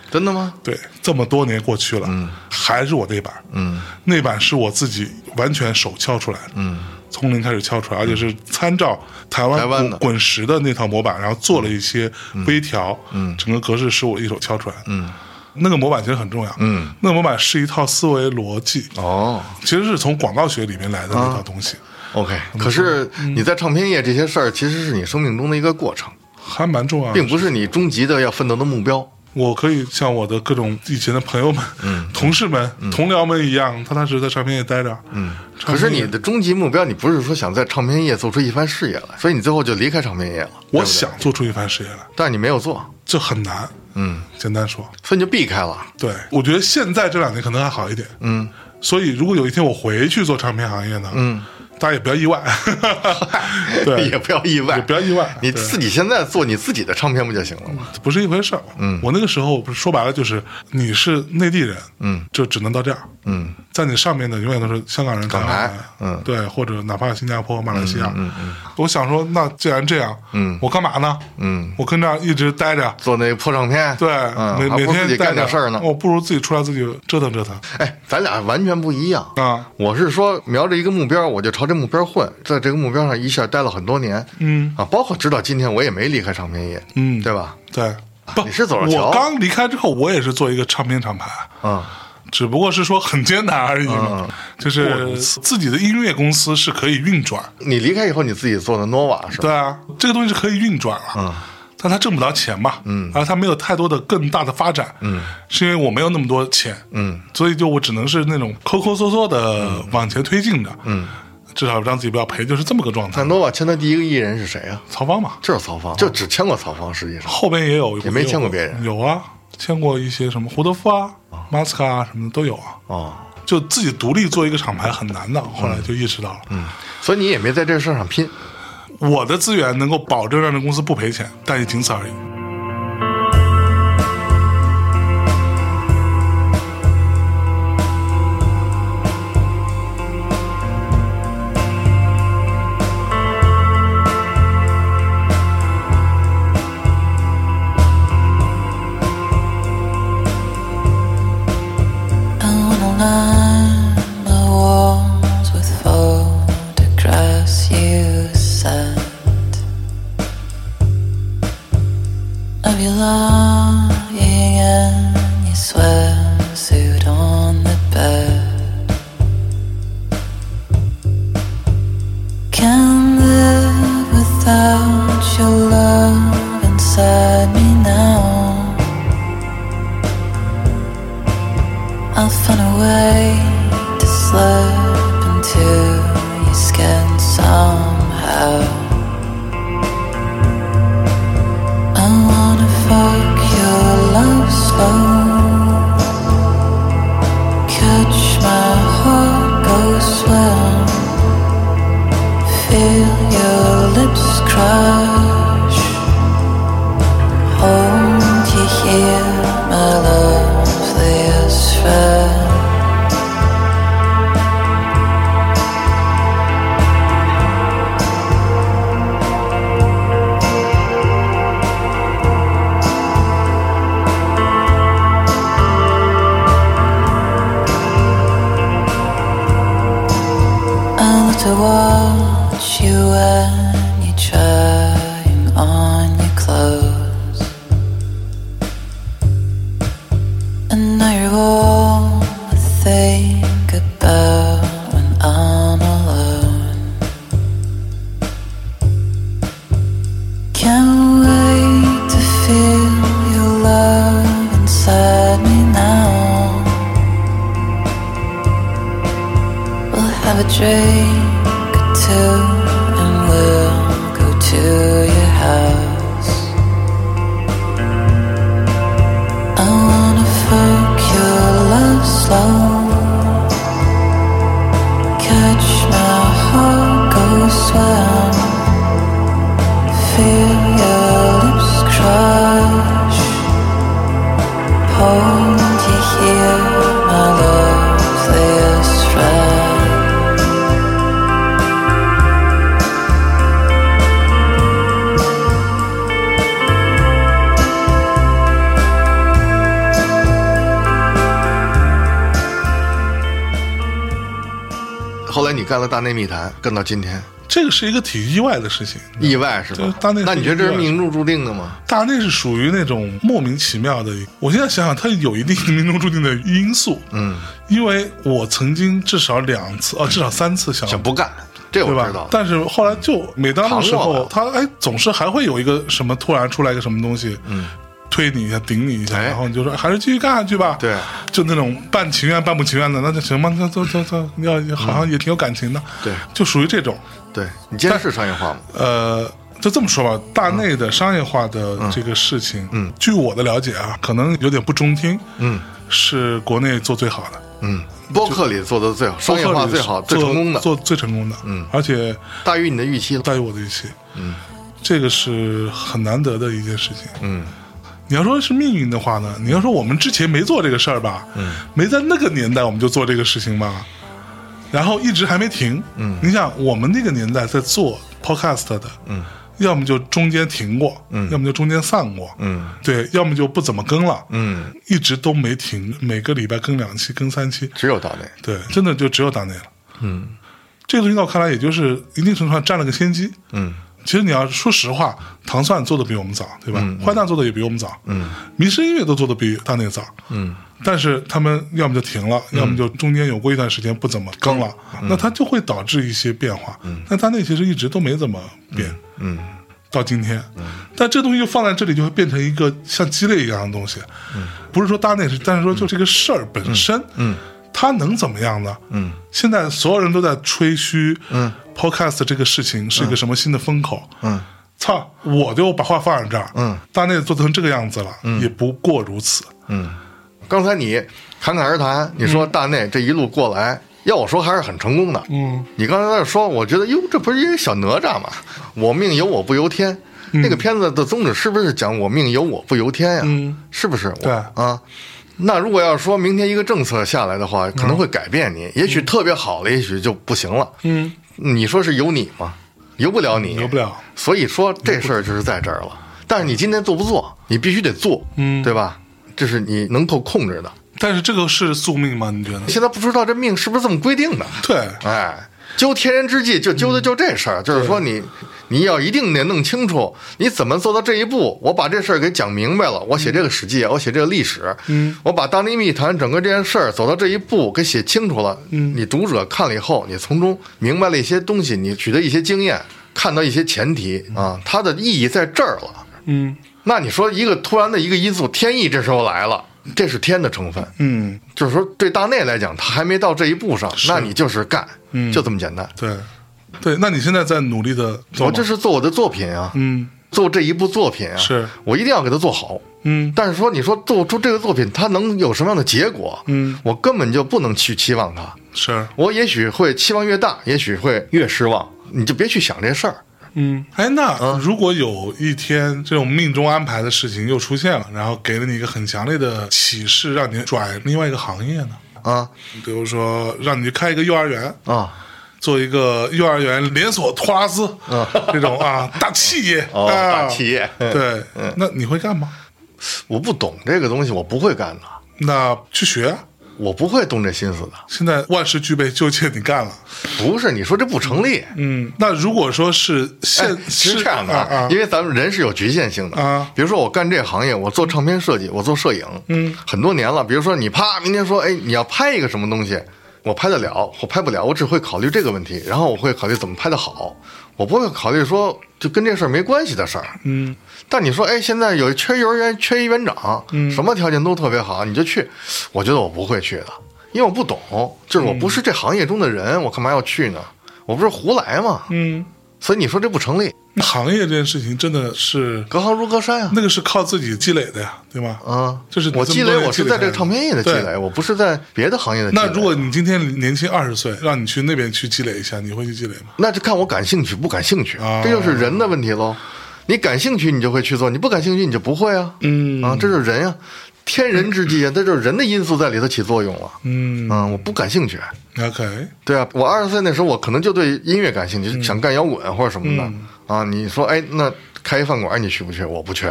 [SPEAKER 5] 真的吗？
[SPEAKER 4] 对，这么多年过去了，嗯，还是我那版，嗯，那版是我自己完全手敲出来的，嗯，从零开始敲出来，而且是参照台湾
[SPEAKER 5] 台湾的
[SPEAKER 4] 滚滚石的那套模板，然后做了一些微调，嗯，整个格式是我一手敲出来的，嗯，那个模板其实很重要，嗯，那个模板是一套思维逻辑，啊
[SPEAKER 5] 哦
[SPEAKER 4] 其实是从广告学里面来的那套东西，
[SPEAKER 5] ，OK。可
[SPEAKER 4] 嗯
[SPEAKER 5] 是你在唱片业这些事儿，其实是你生命中的一个过程，
[SPEAKER 4] 还蛮重要的
[SPEAKER 5] 并。不是你终极的要奋斗的目标。
[SPEAKER 4] 我可以像我的各种以前的朋友们、 同事们、同僚们一样，踏踏实实在唱片业待着，嗯，
[SPEAKER 5] 可是你的终极目标，你不是说想在唱片业做出一番事业来，所以你最后就离开唱片业了。
[SPEAKER 4] 我
[SPEAKER 5] 对不对，
[SPEAKER 4] 想做出一番事业来，
[SPEAKER 5] 但是你没有做，
[SPEAKER 4] 这很难。嗯，简单说，
[SPEAKER 5] 所以你就避开了。
[SPEAKER 4] 对我觉得现在这两年可能还好一点。嗯，所以如果有一天我回去做唱片行业呢，嗯，大家也不要意外， 对，
[SPEAKER 5] 也不要意外，
[SPEAKER 4] 也不要意外，
[SPEAKER 5] 你
[SPEAKER 4] 对
[SPEAKER 5] 自己现在做你自己的唱片不就行了吗？
[SPEAKER 4] 不是一回事儿。嗯，我那个时候不是说白了就是你是内地人，嗯，就只能到这样。嗯，在你上面的永远都是香港人、台湾人
[SPEAKER 5] 台，嗯
[SPEAKER 4] 对，或者哪怕新加坡、马来西亚。嗯嗯，我想说，那既然这样，嗯，我干嘛呢？嗯，我跟这儿一直待着。
[SPEAKER 5] 做那破唱片，
[SPEAKER 4] 对，
[SPEAKER 5] 嗯，
[SPEAKER 4] 每
[SPEAKER 5] 还
[SPEAKER 4] 每
[SPEAKER 5] 不如自
[SPEAKER 4] 天
[SPEAKER 5] 己
[SPEAKER 4] 待
[SPEAKER 5] 干
[SPEAKER 4] 着
[SPEAKER 5] 点事儿呢。
[SPEAKER 4] 我不如自己出来自己折腾折腾
[SPEAKER 5] 哎，咱俩完全不一样。
[SPEAKER 4] 啊。
[SPEAKER 5] 我是说，瞄着一个目标，我就朝这目标混，在这个目标上一下待了很多年，嗯啊，包括直到今天，我也没离开唱片业，
[SPEAKER 4] 嗯
[SPEAKER 5] 对吧？
[SPEAKER 4] 对，不，
[SPEAKER 5] 啊你是走着瞧
[SPEAKER 4] 我刚离开之后，我也是做一个唱片厂牌，
[SPEAKER 5] 啊，
[SPEAKER 4] 只不过是说很艰难而已
[SPEAKER 5] 嗯
[SPEAKER 4] 嘛。就是自己的音乐公司是可以运转，
[SPEAKER 5] 你离开以后，你自己做的 nova 是吧？
[SPEAKER 4] 对啊，这个东西是可以运转了，嗯，但它挣不着钱嘛，嗯，而它没有太多的更大的发展，嗯，是因为我没有那么多钱，嗯，所以就我只能是那种抠抠缩缩的往前推进着，嗯，至少让自己不要赔，就是这么个状态
[SPEAKER 5] 那。nova 签的第一个艺人是谁啊？
[SPEAKER 4] 曹芳啊嘛，
[SPEAKER 5] 就是曹芳，就只签过曹芳，实际上
[SPEAKER 4] 后边也有，
[SPEAKER 5] 也没签过别人
[SPEAKER 4] 有啊，签过一些什么胡德夫啊、马斯卡啊什么的都有啊，
[SPEAKER 5] 哦，
[SPEAKER 4] 就自己独立做一个厂牌很难的，后来就意识到了，嗯，
[SPEAKER 5] 所以你也没在这事儿上拼。
[SPEAKER 4] 我的资源能够保证让这公司不赔钱，但也仅此而已。
[SPEAKER 6] I belonging in your swimsuit on the bed. Can live without your love inside me now. I'll find a way to slip into your skin somehow. I wanna fuck your love slow. Catch my heart go swell. Feel your lips crush. Hold you here, my loveliest friend. I love to watch you when you try on your clothes. And now you're all I think about when I'm alone. Can't wait to feel your love inside me now. We'll have a drink or two and we'll go to your house. I wanna fuck your love slow. Catch my heart go swell. Feel your lips crush. Hold you here, my loveliest friend.
[SPEAKER 5] 后来你干了大内密谈，干到今天，
[SPEAKER 4] 这个是一个挺意外的事情。
[SPEAKER 5] 意外是
[SPEAKER 4] 对
[SPEAKER 5] 吧？
[SPEAKER 4] 大内是
[SPEAKER 5] 那你觉得这是
[SPEAKER 4] 意外
[SPEAKER 5] 命中注定的吗？
[SPEAKER 4] 大内是属于那种莫名其妙的，我现在想想，它有一定命中注定的因素。
[SPEAKER 5] 嗯，
[SPEAKER 4] 因为我曾经至少两次，哦，至少三次想
[SPEAKER 5] 想不干，这
[SPEAKER 4] 对
[SPEAKER 5] 我
[SPEAKER 4] 吧
[SPEAKER 5] 知道？。
[SPEAKER 4] 但是后来就每当那个时
[SPEAKER 5] 扛过来
[SPEAKER 4] 候
[SPEAKER 5] 了，
[SPEAKER 4] 他哎，总是还会有一个什么突然出来一个什么东西，嗯，推你一下，顶你一下，
[SPEAKER 5] 哎
[SPEAKER 4] 然后你就说还是继续干下去吧。
[SPEAKER 5] 对，
[SPEAKER 4] 就那种半情愿半不情愿的，那就行吧，那走走走，要好像也挺有感情的。
[SPEAKER 5] 对
[SPEAKER 4] 就属于这种。
[SPEAKER 5] 对你今天是商业化吗？
[SPEAKER 4] 呃，就这么说吧，大内的商业化的这个事情，嗯，据我的了解啊，可能有点不中听，
[SPEAKER 5] 嗯，
[SPEAKER 4] 是国内做最好的，
[SPEAKER 5] 嗯，播客里做的最好，商业
[SPEAKER 4] 做
[SPEAKER 5] 化
[SPEAKER 4] 客里
[SPEAKER 5] 最好、
[SPEAKER 4] 做
[SPEAKER 5] 最成功的，
[SPEAKER 4] 做最成功的，嗯，而且
[SPEAKER 5] 大于你的预期了。
[SPEAKER 4] 大于我的预期，嗯，这个是很难得的一件事情，
[SPEAKER 5] 嗯，
[SPEAKER 4] 你要说是命运的话呢，你要说我们之前没做这个事儿吧，嗯，没在那个年代我们就做这个事情吧，然后一直还没停，嗯，你想我们那个年代在做 podcast 的，嗯，要么就中间停过，嗯，要么就中间散过，
[SPEAKER 5] 嗯，
[SPEAKER 4] 对，要么就不怎么更了，
[SPEAKER 5] 嗯，
[SPEAKER 4] 一直都没停，每个礼拜更两期，更三期，
[SPEAKER 5] 只有大内。
[SPEAKER 4] 对，真的就只有大内了，嗯，这个东西在我看来，也就是一定程度上占了个先机，
[SPEAKER 5] 嗯，
[SPEAKER 4] 其实你要说实话，糖蒜做的比我们早，对吧？坏蛋做的也比我们早，嗯，民生音乐都做的比大内早，嗯。但是他们要么就停了，要么就中间有过一段时间不怎么更了，那它就会导致一些变化。但大内其实一直都没怎么变，
[SPEAKER 5] 嗯，
[SPEAKER 4] 到今天，但这东西就放在这里，就会变成一个像鸡肋一样的东西。不是说搭内是，但是说就这个事儿本身，嗯，它能怎么样呢？嗯，现在所有人都在吹嘘，嗯，Podcast 这个事情是一个什么新的风口，嗯。操！我就把话放在这儿，嗯，大内做成这个样子了，也不过如此。
[SPEAKER 5] 刚才你侃侃而谈，你
[SPEAKER 4] 嗯
[SPEAKER 5] 说大内这一路过来，要我说还是很成功的。嗯，你刚才在说，我觉得哟，这不是一个小哪吒吗？我命由我不由天。那个片子的宗旨是不是讲我命由我不由天呀？
[SPEAKER 4] 嗯
[SPEAKER 5] 是不是我？
[SPEAKER 4] 对
[SPEAKER 5] 啊。那如果要说明天一个政策下来的
[SPEAKER 4] 嗯
[SPEAKER 5] 话，可能会改变你，也许特别好了，也许就不行了。
[SPEAKER 4] 嗯，
[SPEAKER 5] 你说是由你吗？由不了你，
[SPEAKER 4] 由不了。
[SPEAKER 5] 所以说这事儿就是在这儿了。但是你今天做不做，你必须得做，
[SPEAKER 4] 嗯
[SPEAKER 5] 对吧？这是你能够控制的。
[SPEAKER 4] 但是这个是宿命吗？你觉得？
[SPEAKER 5] 现在不知道这命是不是这么规定的。
[SPEAKER 4] 对，
[SPEAKER 5] 哎，揪天人之际，就揪的就这事儿，就是说你你要一定得弄清楚你怎么做到这一步。我把这事儿给讲明白了，我写这个史记，我写这个历史，嗯，我把当地密谈整个这件事儿走到这一步给写清楚了，嗯，你读者看了以后，你从中明白了一些东西，你取得一些经验，看到一些前提啊，它的意义在这儿了。
[SPEAKER 4] 嗯
[SPEAKER 5] 那你说一个突然的一个因素，天意这时候来了，这是天的成分，
[SPEAKER 4] 嗯，
[SPEAKER 5] 就是说对大内来讲，他还没到这一步上，那你就是干，
[SPEAKER 4] 嗯
[SPEAKER 5] 就这么简单。
[SPEAKER 4] 对，对，那你现在在努力的做
[SPEAKER 5] 我
[SPEAKER 4] 吗，
[SPEAKER 5] 这是做我的作品啊，
[SPEAKER 4] 嗯
[SPEAKER 5] 做这一部作品啊，
[SPEAKER 4] 是
[SPEAKER 5] 我一定要给它做好。
[SPEAKER 4] 嗯
[SPEAKER 5] 但是说，你说做出这个作品，它能有什么样的结果？
[SPEAKER 4] 嗯，
[SPEAKER 5] 我根本就不能去期望它。
[SPEAKER 4] 是
[SPEAKER 5] 我也许会期望越大，也许会越失望。你就别去想这事儿。
[SPEAKER 4] 嗯，哎，
[SPEAKER 5] 啊
[SPEAKER 4] 那如果有一天这种命中安排的事情又出现了，然后给了你一个很强烈的启示，让你转另外一个行业呢？
[SPEAKER 5] 啊
[SPEAKER 4] 比如说让你去开一个幼儿园，
[SPEAKER 5] 啊，
[SPEAKER 4] 做一个幼儿园连锁托拉斯、这种啊大企业
[SPEAKER 5] 哦
[SPEAKER 4] 啊
[SPEAKER 5] 大企业
[SPEAKER 4] 对，那你会干吗？
[SPEAKER 5] 我不懂这个东西，我不会干的，
[SPEAKER 4] 那去学啊，
[SPEAKER 5] 我不会动这心思的。
[SPEAKER 4] 现在万事俱备，就欠你干了。
[SPEAKER 5] 不是，你说这不成立。
[SPEAKER 4] 嗯，那如果说是
[SPEAKER 5] 哎
[SPEAKER 4] 现、
[SPEAKER 5] 是
[SPEAKER 4] 是
[SPEAKER 5] 这样的，
[SPEAKER 4] 啊啊
[SPEAKER 5] 因为咱们人是有局限性的
[SPEAKER 4] 啊
[SPEAKER 5] 比如说我干这行业，我做唱片设计，我做摄影，嗯，很多年了。比如说你啪，明天说，哎，你要拍一个什么东西，我拍得了，我拍不了，我只会考虑这个问题，然后我会考虑怎么拍得好，我不会考虑说就跟这事儿没关系的事儿。
[SPEAKER 4] 嗯，
[SPEAKER 5] 但你说，哎，现在有缺幼儿园，缺一园长，
[SPEAKER 4] 嗯
[SPEAKER 5] 什么条件都特别好，你就去。我觉得我不会去的，因为我不懂，就是我不
[SPEAKER 4] 嗯
[SPEAKER 5] 是这行业中的人，我干嘛要去呢？我不是胡来吗？
[SPEAKER 4] 嗯，
[SPEAKER 5] 所以你说这不成立。
[SPEAKER 4] 那行业这件事情真的是
[SPEAKER 5] 隔行如隔山 啊。
[SPEAKER 4] 那个是靠自己积累的呀，对吗？
[SPEAKER 5] 啊，
[SPEAKER 4] 就是
[SPEAKER 5] 我积累，我是在这个唱片业的积
[SPEAKER 4] 对
[SPEAKER 5] 累，我不是在别的行业的积累。
[SPEAKER 4] 那如果你今天年轻二十岁，让你去那边去积累一下，你会去积累吗？
[SPEAKER 5] 那就看我感兴趣不感兴趣，
[SPEAKER 4] 啊
[SPEAKER 5] 这就是人的问题喽。你感兴趣，你就会去做；你不感兴趣，你就不会啊。
[SPEAKER 4] 嗯
[SPEAKER 5] 啊，这就是人呀、天人之际啊，这就是人的因素在里头起作用了。
[SPEAKER 4] 嗯
[SPEAKER 5] 啊，我不感兴趣，
[SPEAKER 4] ，OK，
[SPEAKER 5] 对啊，我二十岁那时候，我可能就对音乐感兴趣，
[SPEAKER 4] 嗯
[SPEAKER 5] 想干摇滚或者什么的、啊。你说，哎，那开一饭馆，你去不去？我不去，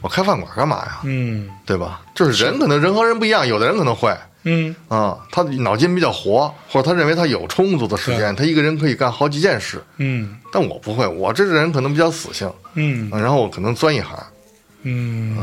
[SPEAKER 5] 我开饭馆干嘛呀？
[SPEAKER 4] 嗯
[SPEAKER 5] 对吧？就是人可能人和人不一样，有的人可能会，
[SPEAKER 4] 嗯
[SPEAKER 5] 啊、他脑筋比较活，或者他认为他有充足的时间，他一个人可以干好几件事。
[SPEAKER 4] 嗯
[SPEAKER 5] 但我不会，我这人可能比较死性，
[SPEAKER 4] 嗯
[SPEAKER 5] 啊然后我可能钻一行。
[SPEAKER 4] 嗯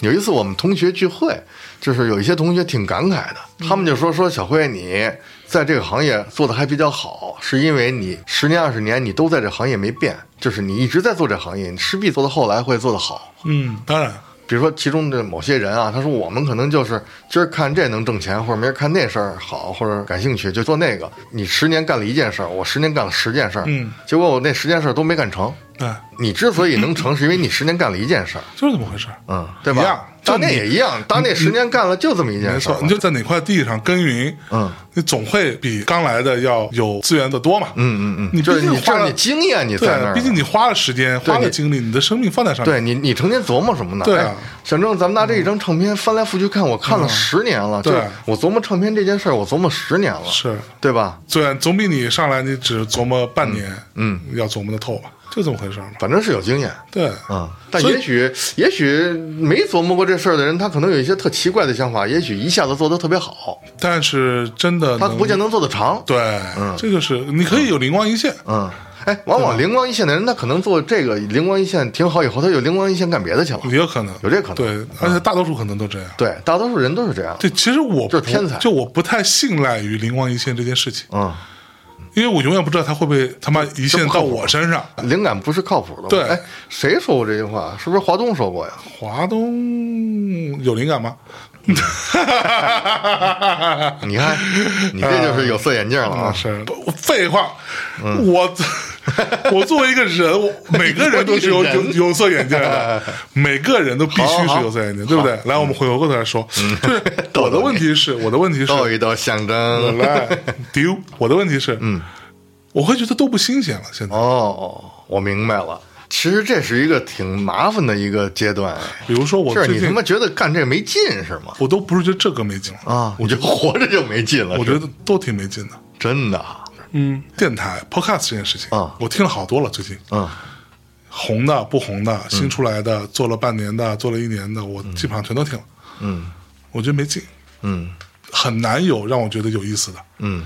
[SPEAKER 5] 有一次我们同学聚会，就是有一些同学挺感慨的，他们就说说小辉你在这个行业做的还比较好，是因为你十年二十年你都在这行业没变，就是你一直在做这行业，你势必做到后来会做得好。
[SPEAKER 4] 嗯，当然，
[SPEAKER 5] 比如说其中的某些人啊，他说我们可能就是今儿看这能挣钱，或者明儿看那事儿好，或者感兴趣就做那个。你十年干了一件事儿，我十年干了十件事儿，
[SPEAKER 4] 嗯，
[SPEAKER 5] 结果我那十件事儿都没干成。
[SPEAKER 4] 对，
[SPEAKER 5] 你之所以 能成，是因为你十年干了一件事儿，
[SPEAKER 4] 哎就是这么回事儿。
[SPEAKER 5] 嗯，对
[SPEAKER 4] 一样
[SPEAKER 5] 吧？
[SPEAKER 4] 就
[SPEAKER 5] 当内
[SPEAKER 4] 你
[SPEAKER 5] 也一样，当内十年干了就这么一件
[SPEAKER 4] 没
[SPEAKER 5] 事儿
[SPEAKER 4] 错
[SPEAKER 5] 嘛，，
[SPEAKER 4] 你就在哪块地上耕耘，
[SPEAKER 5] 嗯，
[SPEAKER 4] 你总会比刚来的要有资源的多嘛。
[SPEAKER 5] 嗯嗯嗯，
[SPEAKER 4] 你毕
[SPEAKER 5] 就是
[SPEAKER 4] 竟
[SPEAKER 5] 你这
[SPEAKER 4] 花
[SPEAKER 5] 样
[SPEAKER 4] 了
[SPEAKER 5] 的经验你在那
[SPEAKER 4] 对，
[SPEAKER 5] 儿，
[SPEAKER 4] 毕竟你。花了时间，花了
[SPEAKER 5] 你
[SPEAKER 4] 精力，你的生命放在上面。
[SPEAKER 5] 对你，你成天琢磨什么呢？
[SPEAKER 4] 对啊嗯
[SPEAKER 5] 哎小郑，咱们拿这一张唱片翻来覆去看，我看了十年了。
[SPEAKER 4] 对
[SPEAKER 5] 就是我琢磨唱片这件事儿，我琢磨十年了，
[SPEAKER 4] 是
[SPEAKER 5] 对吧？
[SPEAKER 4] 虽然总比你上来你只琢磨半年，
[SPEAKER 5] 嗯，
[SPEAKER 4] 要琢磨的透吧，就这么回事儿嘛。
[SPEAKER 5] 反正是有经验。
[SPEAKER 4] 对，
[SPEAKER 5] 啊，但
[SPEAKER 4] 所以
[SPEAKER 5] 也许也许没琢磨过这事儿的人，他可能有一些特奇怪的想法，也许一下子做得特别好，
[SPEAKER 4] 但是真的
[SPEAKER 5] 他
[SPEAKER 4] 能
[SPEAKER 5] 不见能做得长。，
[SPEAKER 4] 对，这就是你可以有灵光一现，
[SPEAKER 5] 嗯，哎，往往
[SPEAKER 4] 啊
[SPEAKER 5] 灵光一现的人，他可能做这个灵光一现挺好，以后他有灵光一现干别的去了。
[SPEAKER 4] 也有可能
[SPEAKER 5] 嗯有这可能嗯
[SPEAKER 4] 对，而且大多数可能都这样。
[SPEAKER 5] 对，大多数人都是这样。
[SPEAKER 4] 对，其实我
[SPEAKER 5] 就
[SPEAKER 4] 不
[SPEAKER 5] 是天才
[SPEAKER 4] 就我不太信赖于灵光一现这件事情，
[SPEAKER 5] 嗯，
[SPEAKER 4] 因为我永远不知道他会不会他妈一现到我身上。
[SPEAKER 5] 嗯灵感不是靠谱的。
[SPEAKER 4] 对
[SPEAKER 5] 哎，谁说过这句话？是不是华东说过呀？
[SPEAKER 4] 华东有灵感吗？
[SPEAKER 5] 你看，你这就是有色眼镜了啊！
[SPEAKER 4] 是不废话，
[SPEAKER 5] 嗯
[SPEAKER 4] 我我作为一个人， 我每个人都是有
[SPEAKER 5] 你作为一个
[SPEAKER 4] 有
[SPEAKER 5] 人
[SPEAKER 4] 有色眼镜的，每个人都必须是有色眼镜，对不对？来，我们回过头来说，
[SPEAKER 5] 嗯
[SPEAKER 4] 就是我的问题是，我的问题是，
[SPEAKER 5] 斗一斗象征。
[SPEAKER 4] 来丢，我的问题是，嗯，我会觉得都不新鲜了，现在。
[SPEAKER 5] 哦，我明白了。其实这是一个挺麻烦的一个阶段。
[SPEAKER 4] 比如说我
[SPEAKER 5] 是
[SPEAKER 4] 最
[SPEAKER 5] 你他
[SPEAKER 4] 近
[SPEAKER 5] 妈，觉得干这没劲是吗？
[SPEAKER 4] 我都不是觉得这个没劲了，
[SPEAKER 5] 啊，我觉得活着就没劲了。
[SPEAKER 4] 我觉
[SPEAKER 5] 是
[SPEAKER 4] 得都挺没劲的。
[SPEAKER 5] 真的，
[SPEAKER 4] 嗯，电台 podcast 这件事情
[SPEAKER 5] 啊
[SPEAKER 4] 我听了好多了，最近
[SPEAKER 5] 嗯，
[SPEAKER 4] 红的、不红的、新出来的、做了半年的、做了一年的，我基本上全都听了。嗯，我觉得没劲，
[SPEAKER 5] 嗯
[SPEAKER 4] 很难有让我觉得有意思的。
[SPEAKER 5] 嗯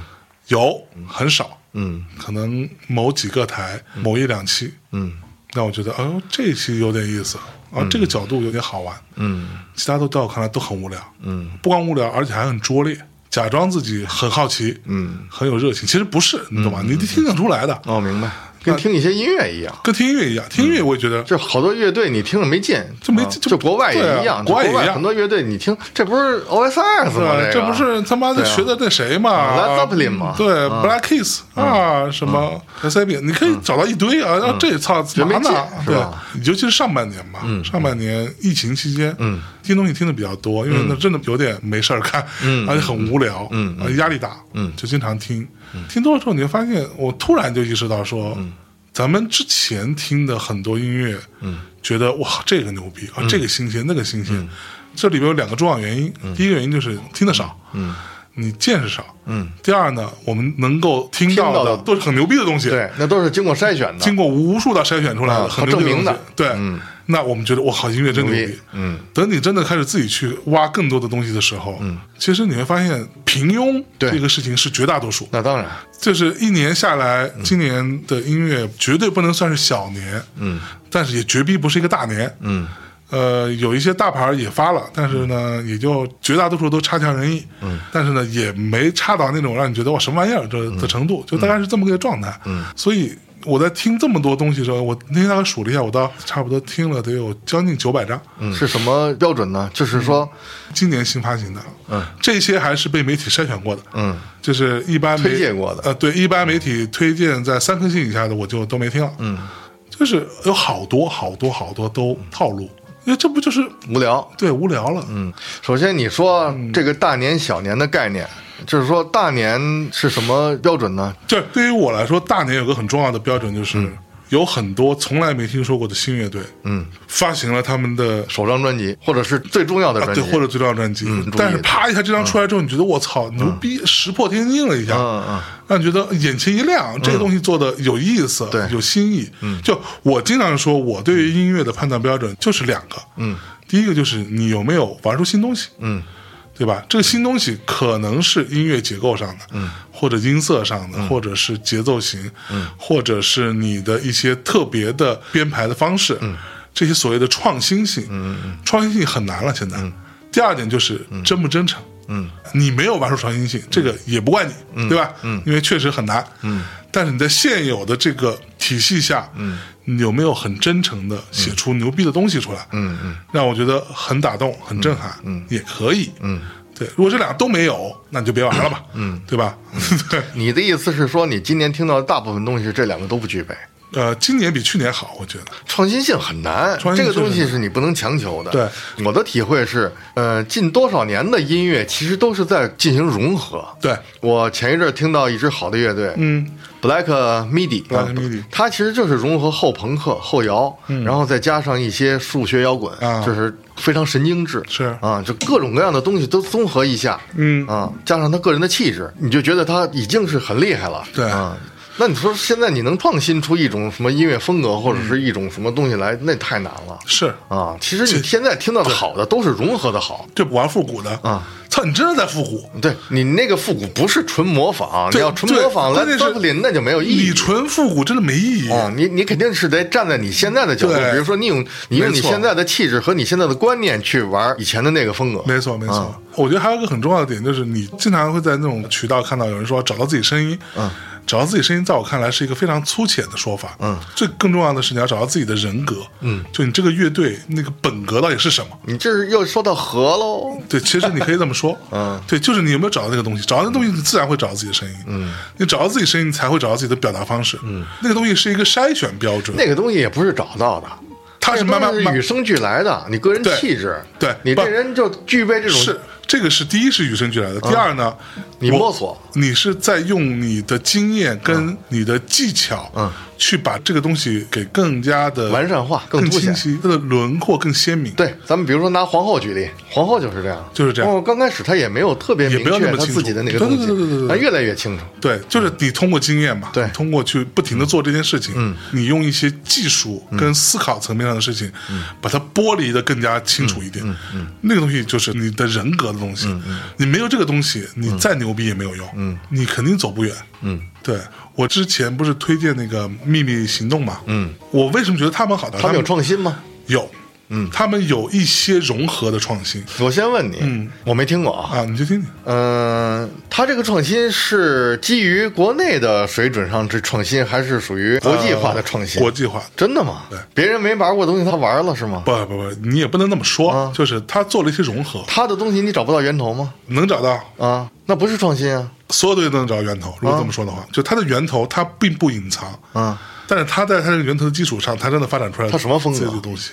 [SPEAKER 4] 有很少，
[SPEAKER 5] 嗯，
[SPEAKER 4] 可能某几个台某一两期，
[SPEAKER 5] 嗯
[SPEAKER 4] 让我觉得，哦，这一期有点意思，啊，这个角度有点好玩，
[SPEAKER 5] 嗯
[SPEAKER 4] 其他都在我看来都很无聊，
[SPEAKER 5] 嗯
[SPEAKER 4] 不光无聊，而且还很拙劣，假装自己很好奇，
[SPEAKER 5] 嗯，
[SPEAKER 4] 很有热情，其实不是，你懂吧？你听得出来的，
[SPEAKER 5] 哦，明白，跟听一些音乐一样。
[SPEAKER 4] 跟听音乐一样，听音乐我也觉得
[SPEAKER 5] 嗯这好多乐队你听着没劲，
[SPEAKER 4] 就没
[SPEAKER 5] 啊
[SPEAKER 4] 就
[SPEAKER 5] 就国外也一样，
[SPEAKER 4] 对啊国外也
[SPEAKER 5] 就
[SPEAKER 4] 一
[SPEAKER 5] 国
[SPEAKER 4] 样
[SPEAKER 5] 外很多乐队你听，这不是 OSX 吗？
[SPEAKER 4] 对，
[SPEAKER 5] 这
[SPEAKER 4] 这
[SPEAKER 5] 个
[SPEAKER 4] 不是他妈的
[SPEAKER 5] 对啊
[SPEAKER 4] 学的那谁嘛
[SPEAKER 5] Led Zeppelin 嘛
[SPEAKER 4] 对
[SPEAKER 5] 嗯嗯
[SPEAKER 4] ，Black Keys 啊，什么 s a b i 你可以找到一堆啊，然后这操
[SPEAKER 5] 人没
[SPEAKER 4] 嘛呢？
[SPEAKER 5] 见是
[SPEAKER 4] 对
[SPEAKER 5] 吧，
[SPEAKER 4] 尤其是上半年吧，上半年疫情期间，
[SPEAKER 5] 嗯，
[SPEAKER 4] 听东西听的比较多，因为那真的有点没事儿干，
[SPEAKER 5] 嗯
[SPEAKER 4] 而且很无聊，
[SPEAKER 5] 嗯
[SPEAKER 4] 啊压力大，
[SPEAKER 5] 嗯
[SPEAKER 4] 就经常听，听多了之后你会发现，我突然就意识到说，
[SPEAKER 5] 嗯
[SPEAKER 4] 咱们之前听的很多音乐，嗯，觉得哇这个牛逼
[SPEAKER 5] 嗯
[SPEAKER 4] 啊，这个新鲜，那个新鲜。这里边有两个重要原因，第一个原因就是听得少，嗯，你见识少，
[SPEAKER 5] 嗯。
[SPEAKER 4] 第二呢，我们能够听
[SPEAKER 5] 听到
[SPEAKER 4] 到
[SPEAKER 5] 的
[SPEAKER 4] 的都是很牛逼的东西，
[SPEAKER 5] 对，，那都是经过筛选的，
[SPEAKER 4] 经过无数道筛选出来
[SPEAKER 5] 啊
[SPEAKER 4] 的，很
[SPEAKER 5] 证明
[SPEAKER 4] 的
[SPEAKER 5] 的
[SPEAKER 4] 东西，对
[SPEAKER 5] 嗯。
[SPEAKER 4] 那我们觉得哇靠，音乐真牛
[SPEAKER 5] 牛逼
[SPEAKER 4] 逼，
[SPEAKER 5] 嗯。
[SPEAKER 4] 等你真的开始自己去挖更多的东西的时候，嗯，其实你会发现平庸
[SPEAKER 5] 对嗯
[SPEAKER 4] 这个事情是绝大多数，
[SPEAKER 5] 那当然，
[SPEAKER 4] 就是一年下来，
[SPEAKER 5] 嗯
[SPEAKER 4] 今年的音乐绝对不能算是小年，嗯，但是也绝逼不是一个大年，
[SPEAKER 5] 嗯，
[SPEAKER 4] 呃，有一些大牌也发了，但是呢，也就绝大多数都差强人意，嗯，但是呢，也没差到那种让你觉得哇什么玩意儿这的程度，就大概是这么个状态，嗯，所以我在听这么多东西的时候，我那天大概数了一下，我到差不多听了得有将近九百张，
[SPEAKER 5] 是什么标准呢？就是说，
[SPEAKER 4] 今年新发行的，嗯，这些还是被媒体筛选过的，
[SPEAKER 5] 嗯，
[SPEAKER 4] 就是一般媒
[SPEAKER 5] 推荐过的
[SPEAKER 4] 呃，对，一般媒体推荐在三颗星以下的我就都没听了，嗯，就是有好多好多好多都套路，因为这不就是
[SPEAKER 5] 无聊。
[SPEAKER 4] 对无聊了，嗯，
[SPEAKER 5] 嗯，首先你说这个大年小年的概念，就是说大年是什么标准呢？
[SPEAKER 4] 这对于我来说，大年有个很重要的标准就是。有很多从来没听说过的新乐队，
[SPEAKER 5] 嗯，
[SPEAKER 4] 发行了他们的
[SPEAKER 5] 首张专辑，或者是最重要的
[SPEAKER 4] 啊，
[SPEAKER 5] 专辑，
[SPEAKER 4] 对，或者最重要专辑，
[SPEAKER 5] 嗯
[SPEAKER 4] 但是
[SPEAKER 5] 注意
[SPEAKER 4] 啪一下，这张出来之后，你觉得我操牛逼，石破天惊了一下，
[SPEAKER 5] 嗯嗯
[SPEAKER 4] 让你觉得眼前一亮，这个东西做的有意思，
[SPEAKER 5] 对
[SPEAKER 4] 有新意。就我经常说，我对于音乐的判断标准就是两个，
[SPEAKER 5] 嗯，
[SPEAKER 4] 第一个就是你有没有玩出新东西，
[SPEAKER 5] 嗯
[SPEAKER 4] 对吧？这个新东西可能是音乐结构上的，嗯，或者音色上的，或者是节奏型，嗯，或者是你的一些特别的编排的方式，嗯，这些所谓的创新性，嗯，创新性很难了，现在。第二点就是真不真诚，
[SPEAKER 5] 嗯，
[SPEAKER 4] 你没有玩出创新性，这个也不怪你，对吧？嗯，因为确实很难，嗯，但是你在现有的这个体系下，嗯，你有没有很真诚的写出牛逼的东西出来？嗯嗯，让我觉得很打动、很震撼，嗯，也可以，嗯，对。如果这俩都没有，那你就别玩了吧，嗯，对吧？ 对，
[SPEAKER 5] 你的意思是说，你今年听到的大部分东西，这两个都不具备，
[SPEAKER 4] 呃，今年比去年好，我觉得，
[SPEAKER 5] 创新性很难，
[SPEAKER 4] 创
[SPEAKER 5] 这
[SPEAKER 4] 新
[SPEAKER 5] 个
[SPEAKER 4] 性
[SPEAKER 5] 东西
[SPEAKER 4] 很难
[SPEAKER 5] 是你不能强求的。
[SPEAKER 4] 对，
[SPEAKER 5] 我的体会是，呃，近多少年的音乐其实都是在进行融合。
[SPEAKER 4] 对，
[SPEAKER 5] 我前一阵儿听到一支好的乐队，嗯，Black Midi，啊
[SPEAKER 4] Black Midi 嗯
[SPEAKER 5] 它其实就是融合后朋克、后摇，然后再加上一些数学摇滚，
[SPEAKER 4] 啊
[SPEAKER 5] 就是非常神经质，
[SPEAKER 4] 是
[SPEAKER 5] 啊，就各种各样的东西都综合一下，
[SPEAKER 4] 嗯
[SPEAKER 5] 啊，加上他个人的气质，你就觉得他已经是很厉害了，
[SPEAKER 4] 对
[SPEAKER 5] 啊。那你说现在你能创新出一种什么音乐风格，或者是一种什么东西来，那太难了
[SPEAKER 4] 嗯是
[SPEAKER 5] 啊！其实你现在听到的好的都是融合的好，
[SPEAKER 4] 这玩复古的
[SPEAKER 5] 啊，
[SPEAKER 4] 操，你真的在复古，
[SPEAKER 5] 对你那个复古不是纯模仿，你
[SPEAKER 4] 对
[SPEAKER 5] 要纯模仿
[SPEAKER 4] 对
[SPEAKER 5] 来
[SPEAKER 4] 关键是
[SPEAKER 5] 德布林那就没有意义。
[SPEAKER 4] 你纯复古真的没意义，
[SPEAKER 5] 啊，你你肯定是得站在你现在的角度，
[SPEAKER 4] 对
[SPEAKER 5] 比如说你用你用
[SPEAKER 4] 没
[SPEAKER 5] 你
[SPEAKER 4] 错
[SPEAKER 5] 现在的气质和你现在的观念去玩以前的那个风格，
[SPEAKER 4] 没错，没错。
[SPEAKER 5] 啊
[SPEAKER 4] 我觉得还有一个很重要的点，就是你经常会在那种渠道看到有人说找到自己声音。嗯，找到自己声音，在我看来是一个非常粗浅的说法。嗯，最更重要的是你要找到自己的人格。嗯，就你这个乐队那个本格到底是什么？
[SPEAKER 5] 你这是又说到和喽，
[SPEAKER 4] 对，其实你可以这么说，
[SPEAKER 5] 嗯，
[SPEAKER 4] 对，就是你有没有找到那个东西？找到那个东西，你自然会找到自己的声音，嗯，你找到自己声音，你才会找到自己的表达方式，嗯，那个东西是一个筛选标准，
[SPEAKER 5] 那个东西也不是找到的，
[SPEAKER 4] 它是慢慢
[SPEAKER 5] 这都
[SPEAKER 4] 慢
[SPEAKER 5] 是与生俱来的，你个人
[SPEAKER 4] 对
[SPEAKER 5] 气质，
[SPEAKER 4] 对
[SPEAKER 5] 你
[SPEAKER 4] 不
[SPEAKER 5] 这人就具备这种
[SPEAKER 4] 是这个是第一是与生俱来的，第二呢，
[SPEAKER 5] 你
[SPEAKER 4] 我
[SPEAKER 5] 摸索，
[SPEAKER 4] 你是在用你的经验跟你的技巧，
[SPEAKER 5] 嗯，
[SPEAKER 4] 去把这个东西给更加的
[SPEAKER 5] 完善化更
[SPEAKER 4] 更
[SPEAKER 5] 凸显
[SPEAKER 4] 清晰，它的轮廓更鲜明。
[SPEAKER 5] 对，咱们比如说拿皇后举例，皇后就是这样，
[SPEAKER 4] 就是这样
[SPEAKER 5] 哦，刚开始她也没有特别
[SPEAKER 4] 也
[SPEAKER 5] 明
[SPEAKER 4] 没有那
[SPEAKER 5] 确
[SPEAKER 4] 么
[SPEAKER 5] 她
[SPEAKER 4] 清楚
[SPEAKER 5] 自己的那个东西
[SPEAKER 4] 对对对对对，对
[SPEAKER 5] 她越来越清楚。
[SPEAKER 4] 对，就是你通过经验吧，
[SPEAKER 5] 对
[SPEAKER 4] 通过去不停的做这件事情，
[SPEAKER 5] 嗯，
[SPEAKER 4] 你用一些技术跟思考层面上的事情，把它剥离的更加清楚一点，嗯，那个东西就是你的人格的东西，你没有这个东西，你再牛逼也没有用，嗯，你肯定走不远，嗯，对。我之前不是推荐那个《秘密行动》嘛，嗯，我为什么觉得他们好呢？
[SPEAKER 5] 他们有创新吗？
[SPEAKER 4] 有，嗯，他们有一些融合的创新
[SPEAKER 5] 我先问你，我没听过啊。
[SPEAKER 4] 啊，你就听听，
[SPEAKER 5] 嗯，他这个创新是基于国内的水准上这创新，还是属于国际化的创新？
[SPEAKER 4] 国际化
[SPEAKER 5] 真的吗？
[SPEAKER 4] 对
[SPEAKER 5] 别人没玩过的东西，他玩了是吗？
[SPEAKER 4] 不不不，你也不能那么说，
[SPEAKER 5] 啊
[SPEAKER 4] 就是他做了一些融合，
[SPEAKER 5] 他的东西你找不到源头吗？
[SPEAKER 4] 能找到
[SPEAKER 5] 啊，那不是创新啊。
[SPEAKER 4] 所有东西都能找到源头。如果这么说的话，就它的源头它并不隐藏，
[SPEAKER 5] 啊，
[SPEAKER 4] 但是它在它这个源头的基础上，它真的发展出来
[SPEAKER 5] 它什么风格
[SPEAKER 4] 自己的东西。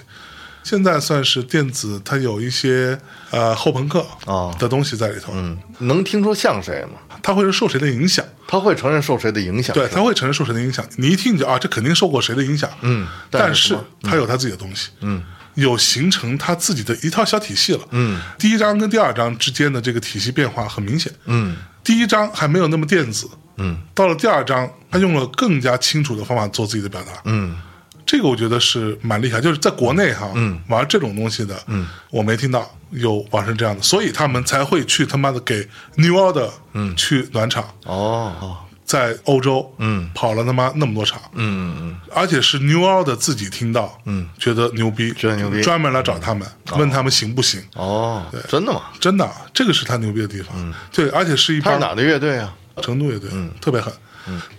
[SPEAKER 4] 现在算是电子，它有一些呃后朋克
[SPEAKER 5] 哦
[SPEAKER 4] 的东西在里头，嗯，
[SPEAKER 5] 能听出像谁吗？
[SPEAKER 4] 它会是受谁的影响？
[SPEAKER 5] 他会承认受谁的影响？
[SPEAKER 4] 对，
[SPEAKER 5] 是吧
[SPEAKER 4] 它会承认受谁的影响。你一听你就啊，这肯定受过谁的影响，
[SPEAKER 5] 嗯但
[SPEAKER 4] 但
[SPEAKER 5] 是
[SPEAKER 4] 是
[SPEAKER 5] 什么
[SPEAKER 4] 它有它自己的东西，嗯。有形成它自己的一套小体系了。嗯，第一章跟第二章之间的这个体系变化很明显。嗯，第一章还没有那么电子。嗯，到了第二章，他用了更加清楚的方法做自己的表达。嗯，这个我觉得是蛮厉害，就是在国内哈，嗯，玩这种东西的，嗯，我没听到有玩成这样的，所以他们才会去他妈的给 New Order，嗯，去暖场。
[SPEAKER 5] 哦哦，
[SPEAKER 4] 在欧洲，嗯，跑了他妈那么多场，嗯嗯，而且是 New Order 自己听到，嗯，觉得牛逼，
[SPEAKER 5] 觉得牛逼嗯
[SPEAKER 4] 专门来找他们，问他们行不行，
[SPEAKER 5] 哦，真的吗？
[SPEAKER 4] 真的，啊这个是他牛逼的地方，
[SPEAKER 5] 嗯
[SPEAKER 4] 对，而且是一
[SPEAKER 5] 他是
[SPEAKER 4] 帮
[SPEAKER 5] 哪儿的乐队啊？
[SPEAKER 4] 成都乐队，特别狠。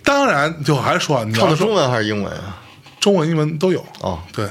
[SPEAKER 4] 当然，就还是说啊，你
[SPEAKER 5] 嗯唱
[SPEAKER 4] 要
[SPEAKER 5] 的中
[SPEAKER 4] 说
[SPEAKER 5] 文还是英文啊？
[SPEAKER 4] 中文、英文都有，
[SPEAKER 5] 哦，
[SPEAKER 4] 对，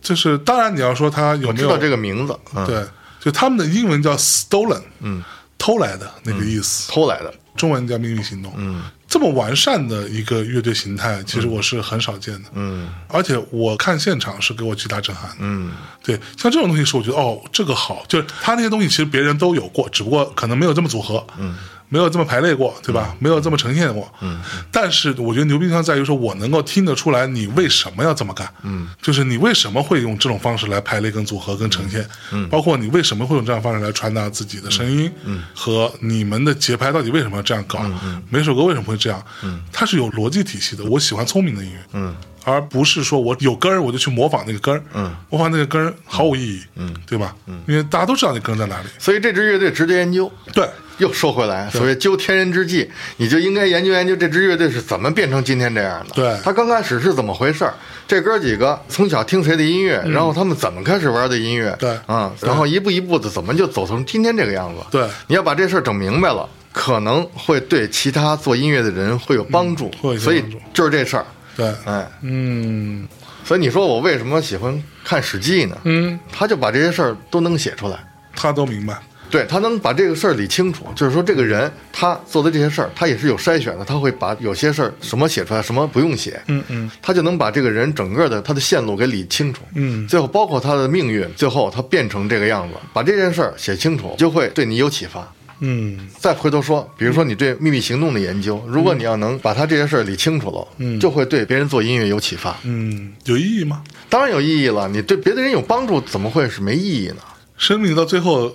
[SPEAKER 4] 就是当然你要说他有没
[SPEAKER 5] 知
[SPEAKER 4] 有
[SPEAKER 5] 道这个名字，嗯，
[SPEAKER 4] 对，就他们的英文叫 stolen，嗯，偷来的那个意思，
[SPEAKER 5] 偷来的。
[SPEAKER 4] 中文叫《秘密行动》。嗯，这么完善的一个乐队形态，其实我是很少见的。嗯，而且我看现场是给我巨大震撼。嗯，对，像这种东西是我觉得哦，这个好，就是他那些东西其实别人都有过，只不过可能没有这么组合。嗯。没有这么排列过，对吧？没有这么呈现过。嗯，但是我觉得牛逼地方在于说，我能够听得出来你为什么要这么干。嗯，就是你为什么会用这种方式来排列、跟组合、跟呈现。嗯，包括你为什么会用这样的方式来传达自己的声音。嗯，和你们的节拍到底为什么要这样搞？每首歌为什么会这样？嗯，它是有逻辑体系的。我喜欢聪明的音乐。嗯。而不是说我有根儿我就去模仿那个根儿，嗯，模仿那个根儿毫无意义，嗯，对吧？嗯，因为大家都知道那根儿在哪里，
[SPEAKER 5] 所以这支乐队值得研究。
[SPEAKER 4] 对，
[SPEAKER 5] 又说回来，所谓究天人之际，你就应该研究研究这支乐队是怎么变成今天这样的。
[SPEAKER 4] 对
[SPEAKER 5] 他刚开始是怎么回事儿？这哥几个从小听谁的音乐，然后他们怎么开始玩的音乐？
[SPEAKER 4] 嗯对
[SPEAKER 5] 啊、然后一步一步的怎么就走成今天这个样子？
[SPEAKER 4] 对
[SPEAKER 5] 你要把这事儿整明白了，可能会对其他做音乐的人会有帮助。
[SPEAKER 4] 嗯会有一些
[SPEAKER 5] 所以
[SPEAKER 4] 帮助
[SPEAKER 5] 就是这事儿，
[SPEAKER 4] 对，
[SPEAKER 5] 哎，
[SPEAKER 4] 嗯，
[SPEAKER 5] 所以你说我为什么喜欢看《史记》呢？嗯，他就把这些事儿都能写出来。
[SPEAKER 4] 他都明白，
[SPEAKER 5] 对他能把这个事儿理清楚，就是说这个人他做的这些事儿，他也是有筛选的，他会把有些事儿什么写出来，什么不用写，嗯嗯，他就能把这个人整个的他的线路给理清楚，嗯，最后包括他的命运，最后他变成这个样子，把这件事儿写清楚，就会对你有启发。
[SPEAKER 4] 嗯，
[SPEAKER 5] 再回头说，比如说你对秘密行动的研究，如果你要能把他这些事儿理清楚了，嗯，就会对别人做音乐有启发，
[SPEAKER 4] 嗯，有意义吗？
[SPEAKER 5] 当然有意义了。你对别的人有帮助，怎么会是没意义呢？
[SPEAKER 4] 生命到最后，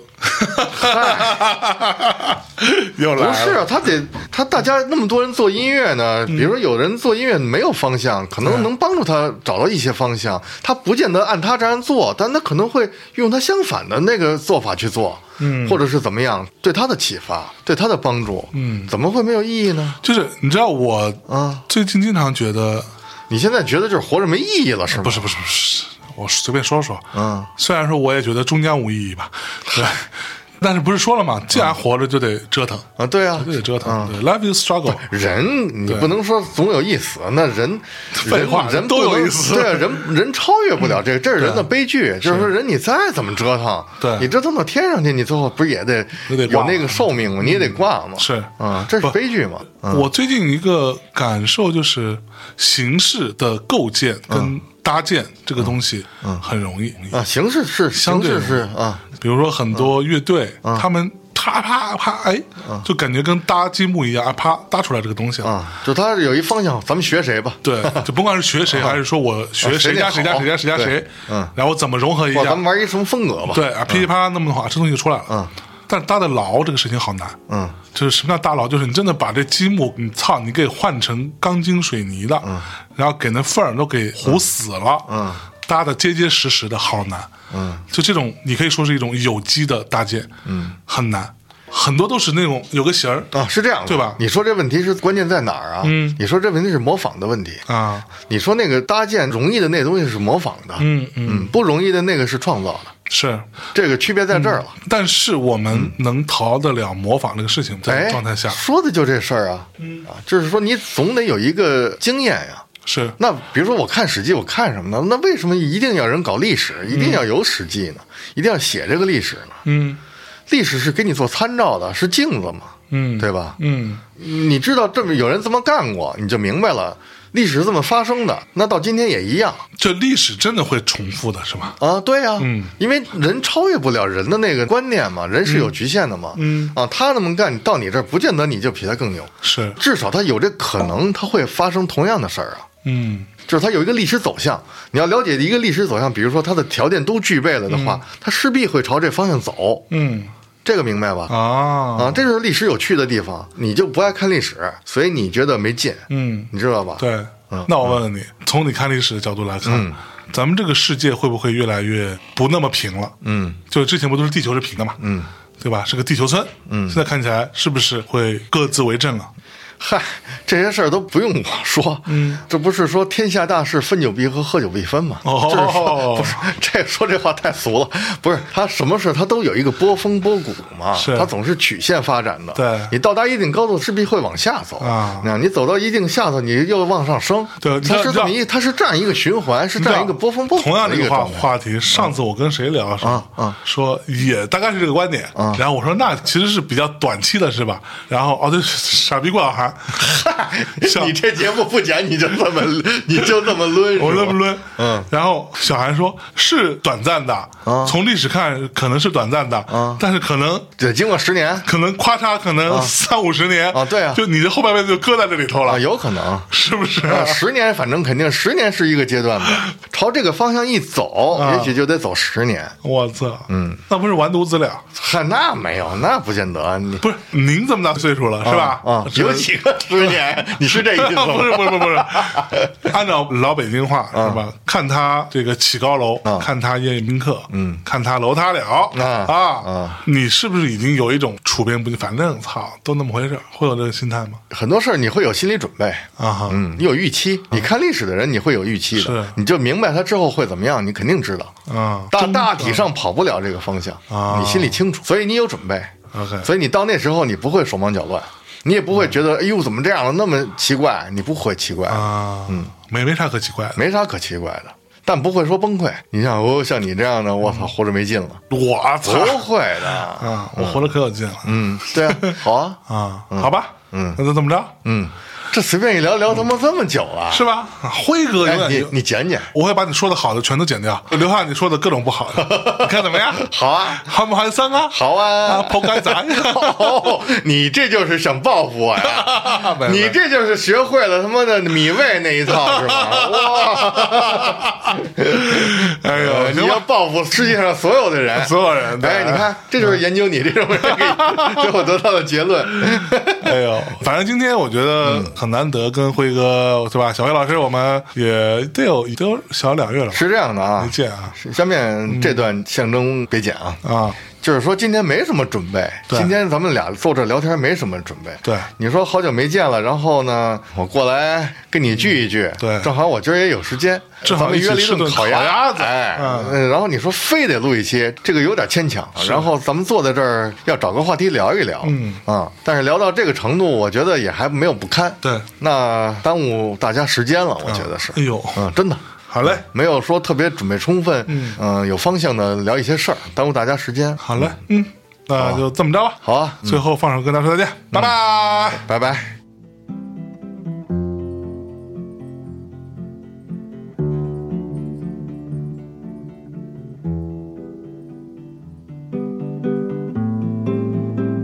[SPEAKER 4] 又来
[SPEAKER 5] 不
[SPEAKER 4] 了，
[SPEAKER 5] 是啊，他得他大家那么多人做音乐呢，比如说有人做音乐没有方向，可能能帮助他找到一些方向。他不见得按他这样做，但他可能会用他相反的那个做法去做，嗯，或者是怎么样，对他的启发，对他的帮助，嗯，怎么会没有意义呢？
[SPEAKER 4] 就是你知道我
[SPEAKER 5] 啊，
[SPEAKER 4] 最近经常觉得，
[SPEAKER 5] 你现在觉得就是活着没意义了是吗？
[SPEAKER 4] 不是不是不是，我随便说说，
[SPEAKER 5] 嗯，
[SPEAKER 4] 虽然说我也觉得终将无意义 吧，对，但是不是说了吗？既然活着就得折腾，
[SPEAKER 5] 啊，对啊
[SPEAKER 4] 就，得折腾，对，life is struggle，
[SPEAKER 5] 人你不能说总有意思，那人
[SPEAKER 4] 废话
[SPEAKER 5] 人人
[SPEAKER 4] 都有嗯
[SPEAKER 5] 不能
[SPEAKER 4] 意思
[SPEAKER 5] 对啊，人人超越不了这个，这是人的悲剧。就是说，人你再怎么折腾，
[SPEAKER 4] 对
[SPEAKER 5] 你折腾到天上去，你最后不是也得
[SPEAKER 4] 也得挂
[SPEAKER 5] 有那个寿命吗？你也得挂吗？
[SPEAKER 4] 是
[SPEAKER 5] 啊，这是
[SPEAKER 4] 不
[SPEAKER 5] 悲剧嘛。
[SPEAKER 4] 我最近一个感受就是，形式的构建跟搭建这个东西，嗯嗯，很容易，
[SPEAKER 5] 啊，形式是
[SPEAKER 4] 相
[SPEAKER 5] 形
[SPEAKER 4] 对
[SPEAKER 5] 式是
[SPEAKER 4] 容易
[SPEAKER 5] 啊，
[SPEAKER 4] 嗯比如说很多乐队，他们咔啪啪，哎，就感觉跟搭积木一样，啊，啪搭出来这个东西了。
[SPEAKER 5] 啊，就他有一方向，咱们学谁吧？
[SPEAKER 4] 对，就甭管是学谁，还是说我学嗯哦谁家谁家谁家谁家谁，然后嗯我怎么融合一
[SPEAKER 5] 或者
[SPEAKER 4] 下
[SPEAKER 5] 咱，们玩一什么风格吧？
[SPEAKER 4] 对啊，噼里啪啦那么的话，这东西就出来了。
[SPEAKER 5] 嗯，
[SPEAKER 4] 但是搭的牢这个事情好难。
[SPEAKER 5] 嗯，
[SPEAKER 4] 就是什么叫搭牢？就是你真的把这积木，你操，你给换成钢筋水泥的，嗯，然后给那缝儿都给糊死了，嗯，搭的结结实实的，好难。嗯，就这种你可以说是一种有机的搭建，嗯，很难，很多都是那种有个形儿
[SPEAKER 5] 啊，是这样的，
[SPEAKER 4] 对吧
[SPEAKER 5] 你说这问题是关键在哪儿啊？嗯，你说这问题是模仿的问题。
[SPEAKER 4] 啊，
[SPEAKER 5] 你说那个搭建容易的那东西是模仿的，
[SPEAKER 4] 嗯嗯，
[SPEAKER 5] 嗯，不容易的那个是创造的，
[SPEAKER 4] 是。
[SPEAKER 5] 这个区别在这儿了。
[SPEAKER 4] 但是我们能逃得了模仿这个事情，在
[SPEAKER 5] 哎，
[SPEAKER 4] 状态下
[SPEAKER 5] 说的就这事儿啊，啊，就是说你总得有一个经验呀、
[SPEAKER 4] 是
[SPEAKER 5] 那比如说我看《史记》，我看什么呢？那为什么一定要人搞历史，一定要有《史记》呢？一定要写这个历史呢？
[SPEAKER 4] 嗯
[SPEAKER 5] 历史是给你做参照的，是镜子嘛，
[SPEAKER 4] 嗯，
[SPEAKER 5] 对吧？
[SPEAKER 4] 嗯
[SPEAKER 5] 你知道这么有人这么干过，你就明白了，历史是这么发生的。那到今天也一样，
[SPEAKER 4] 这历史真的会重复的，是吧？
[SPEAKER 5] 啊，对呀、
[SPEAKER 4] 嗯
[SPEAKER 5] 因为人超越不了人的那个观念嘛，人是有局限的嘛，
[SPEAKER 4] 嗯
[SPEAKER 5] 啊，他那么干，到你这儿不见得你就比他更牛，
[SPEAKER 4] 是，
[SPEAKER 5] 至少他有这可能，他会发生同样的事儿啊，
[SPEAKER 4] 嗯
[SPEAKER 5] 就是他有一个历史走向，你要了解一个历史走向，比如说他的条件都具备了的话，他势必会朝这方向走，
[SPEAKER 4] 嗯
[SPEAKER 5] 这个明白吧？
[SPEAKER 4] 啊，
[SPEAKER 5] 啊，这就是历史有趣的地方，你就不爱看历史，所以你觉得没劲，
[SPEAKER 4] 嗯，
[SPEAKER 5] 你知道吧？，
[SPEAKER 4] 对。那我问问你，从你看历史的角度来看，
[SPEAKER 5] 嗯
[SPEAKER 4] 咱们这个世界会不会越来越不那么平了？
[SPEAKER 5] 嗯，
[SPEAKER 4] 就之前不都是地球是平的嘛？嗯，对吧？是个地球村。嗯，现在看起来是不是会各自为政了？啊
[SPEAKER 5] 嗨，这些事儿都不用我说，嗯，这不是说天下大事分久必合，合久必分嘛？
[SPEAKER 4] 哦
[SPEAKER 5] 就是说，不是这说这话太俗了，不是他什么事他都有一个波峰波谷嘛，
[SPEAKER 4] 是
[SPEAKER 5] 他总是曲线发展的。
[SPEAKER 4] 对
[SPEAKER 5] 你到达一定高度势必会往下走
[SPEAKER 4] 啊
[SPEAKER 5] 那你走到一定下头，你又往上升，
[SPEAKER 4] 对你
[SPEAKER 5] 它
[SPEAKER 4] 知道
[SPEAKER 5] 是这么一，它是这样一个循环，是这样一个波峰波谷
[SPEAKER 4] 同样
[SPEAKER 5] 的
[SPEAKER 4] 这
[SPEAKER 5] 一
[SPEAKER 4] 个
[SPEAKER 5] 个
[SPEAKER 4] 话
[SPEAKER 5] 状态。
[SPEAKER 4] 话题，上次我跟谁聊是吧？
[SPEAKER 5] 啊啊
[SPEAKER 4] 说也大概是这个观点。
[SPEAKER 5] 嗯
[SPEAKER 4] 然后我说那其实是比较短期的，是吧？然后哦对， 傻逼郭晓涵，小
[SPEAKER 5] 你这节目不讲，你就这么你就这么抡，
[SPEAKER 4] 我抡不
[SPEAKER 5] 是吧？
[SPEAKER 4] 抡？
[SPEAKER 5] 嗯。啊
[SPEAKER 4] 然后小韩说是短暂的，从历史看可能是短暂的，但是可能。
[SPEAKER 5] 对，经过十年
[SPEAKER 4] 可能咔嚓，可能三五十年
[SPEAKER 5] 啊啊对啊
[SPEAKER 4] 就你的后半辈子就搁在这里头了，
[SPEAKER 5] 啊，有可能。
[SPEAKER 4] 是不是？
[SPEAKER 5] 啊，十年反正肯定十年是一个阶段吧，朝这个方向一走，
[SPEAKER 4] 啊
[SPEAKER 5] 也许就得走十年。
[SPEAKER 4] 我操，嗯，那不是完犊子了？
[SPEAKER 5] 嗨，那没有，那不见得。啊你
[SPEAKER 4] 不是您这么大岁数了，是吧？
[SPEAKER 5] 啊，有几个十年？你是这意思吗？
[SPEAKER 4] 不
[SPEAKER 5] 嗯
[SPEAKER 4] 是不是不是不是， 按照老北京话是吧？看他这个起高楼，看他夜宴宾客，嗯，看他楼塌了
[SPEAKER 5] 啊
[SPEAKER 4] 啊
[SPEAKER 5] 啊！
[SPEAKER 4] 你是不是已经有一种处变不惊？反正操，都那么回事儿，会有这个心态吗？
[SPEAKER 5] 很多事儿你会有心理准备，
[SPEAKER 4] 啊哈，
[SPEAKER 5] 嗯，你有预期。你看历史的人，你会有预期
[SPEAKER 4] 是
[SPEAKER 5] 的，你就明白他之后会怎么样，你肯定知道。
[SPEAKER 4] 啊，
[SPEAKER 5] 大大体上跑不了这个方向
[SPEAKER 4] 啊
[SPEAKER 5] 你心里清楚，所以你有准备。
[SPEAKER 4] OK
[SPEAKER 5] 所以你到那时候你不会手忙脚乱，你也不会觉得哎呦怎么这样了那么奇怪，你不会奇怪
[SPEAKER 4] 嗯啊，嗯，没没啥可奇怪的。
[SPEAKER 5] 没啥可奇怪的，但不会说崩溃。你像我像你这样的，我操，活着没劲了，
[SPEAKER 4] 我
[SPEAKER 5] 不
[SPEAKER 4] 嗯操
[SPEAKER 5] 会的。
[SPEAKER 4] 啊，我活得可有劲了
[SPEAKER 5] 嗯，对啊，好啊，
[SPEAKER 4] 啊！好吧，嗯，那就这么着，
[SPEAKER 5] 嗯，这随便一聊聊他妈这么久了，
[SPEAKER 4] 是吧？啊辉哥
[SPEAKER 5] 哎，
[SPEAKER 4] 永
[SPEAKER 5] 你
[SPEAKER 4] 远。
[SPEAKER 5] 你剪剪，
[SPEAKER 4] 我会把你说的好的全都剪掉，留下你说的各种不好 的，你看怎么样？
[SPEAKER 5] 好啊，
[SPEAKER 4] 好不好三啊？
[SPEAKER 5] 好
[SPEAKER 4] 啊，
[SPEAKER 5] 啊。
[SPEAKER 4] 抛开咱。
[SPEAKER 5] 哦，你这就是想报复我呀
[SPEAKER 4] 没！有
[SPEAKER 5] 你这就是学会了他妈的米未那一套 是吗？哇！
[SPEAKER 4] 哎呦，
[SPEAKER 5] 你
[SPEAKER 4] 行
[SPEAKER 5] 要
[SPEAKER 4] 吧，
[SPEAKER 5] 报复世界上所有的人，
[SPEAKER 4] 所有人对
[SPEAKER 5] 哎，你看，这就是研究你这种人给 你最后得到的结论。
[SPEAKER 4] 哎呦，反正今天我觉得
[SPEAKER 5] 嗯
[SPEAKER 4] 很难得跟辉哥，对吧？小辉老师，我们也得有得有小两月了吧，
[SPEAKER 5] 是这样的啊
[SPEAKER 4] 没，见啊
[SPEAKER 5] 是下面这段象征别剪啊，
[SPEAKER 4] 啊，
[SPEAKER 5] 就是说今天没什么准备，
[SPEAKER 4] 对
[SPEAKER 5] 今天咱们俩坐这聊天没什么准备。
[SPEAKER 4] 对
[SPEAKER 5] 你说好久没见了，然后呢，我过来跟你聚一聚，
[SPEAKER 4] 嗯对
[SPEAKER 5] 正好我今儿也有时间，
[SPEAKER 4] 正好
[SPEAKER 5] 咱们约了一
[SPEAKER 4] 一起吃顿
[SPEAKER 5] 烤
[SPEAKER 4] 烤鸭子
[SPEAKER 5] 哎，
[SPEAKER 4] 嗯
[SPEAKER 5] 嗯然后你说非得录一期，这个有点牵强，然后咱们坐在这儿要找个话题聊一聊，
[SPEAKER 4] 嗯
[SPEAKER 5] 啊，但是聊到这个程度，我觉得也还没有不堪，
[SPEAKER 4] 对
[SPEAKER 5] 那耽误大家时间了，我觉得是，
[SPEAKER 4] 啊哎呦
[SPEAKER 5] 嗯，真的。
[SPEAKER 4] 好嘞，
[SPEAKER 5] 没有说特别准备充分，嗯、有方向的聊一些事儿，耽误大家时间。
[SPEAKER 4] 好嘞，嗯，那就这么着吧。
[SPEAKER 5] 好啊嗯
[SPEAKER 4] 最后放首歌，跟大家说再见，拜拜。
[SPEAKER 5] 拜拜。
[SPEAKER 6] I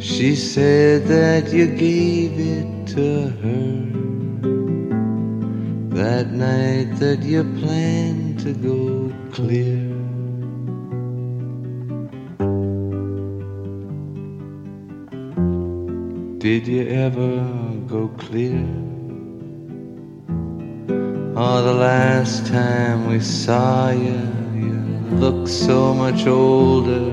[SPEAKER 7] She said that you gave it to her that night that you planned to go clear. Did you ever go clear? Oh, the last time we saw you, you looked so much older.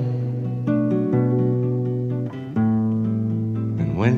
[SPEAKER 7] And when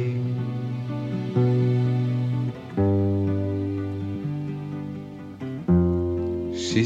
[SPEAKER 7] She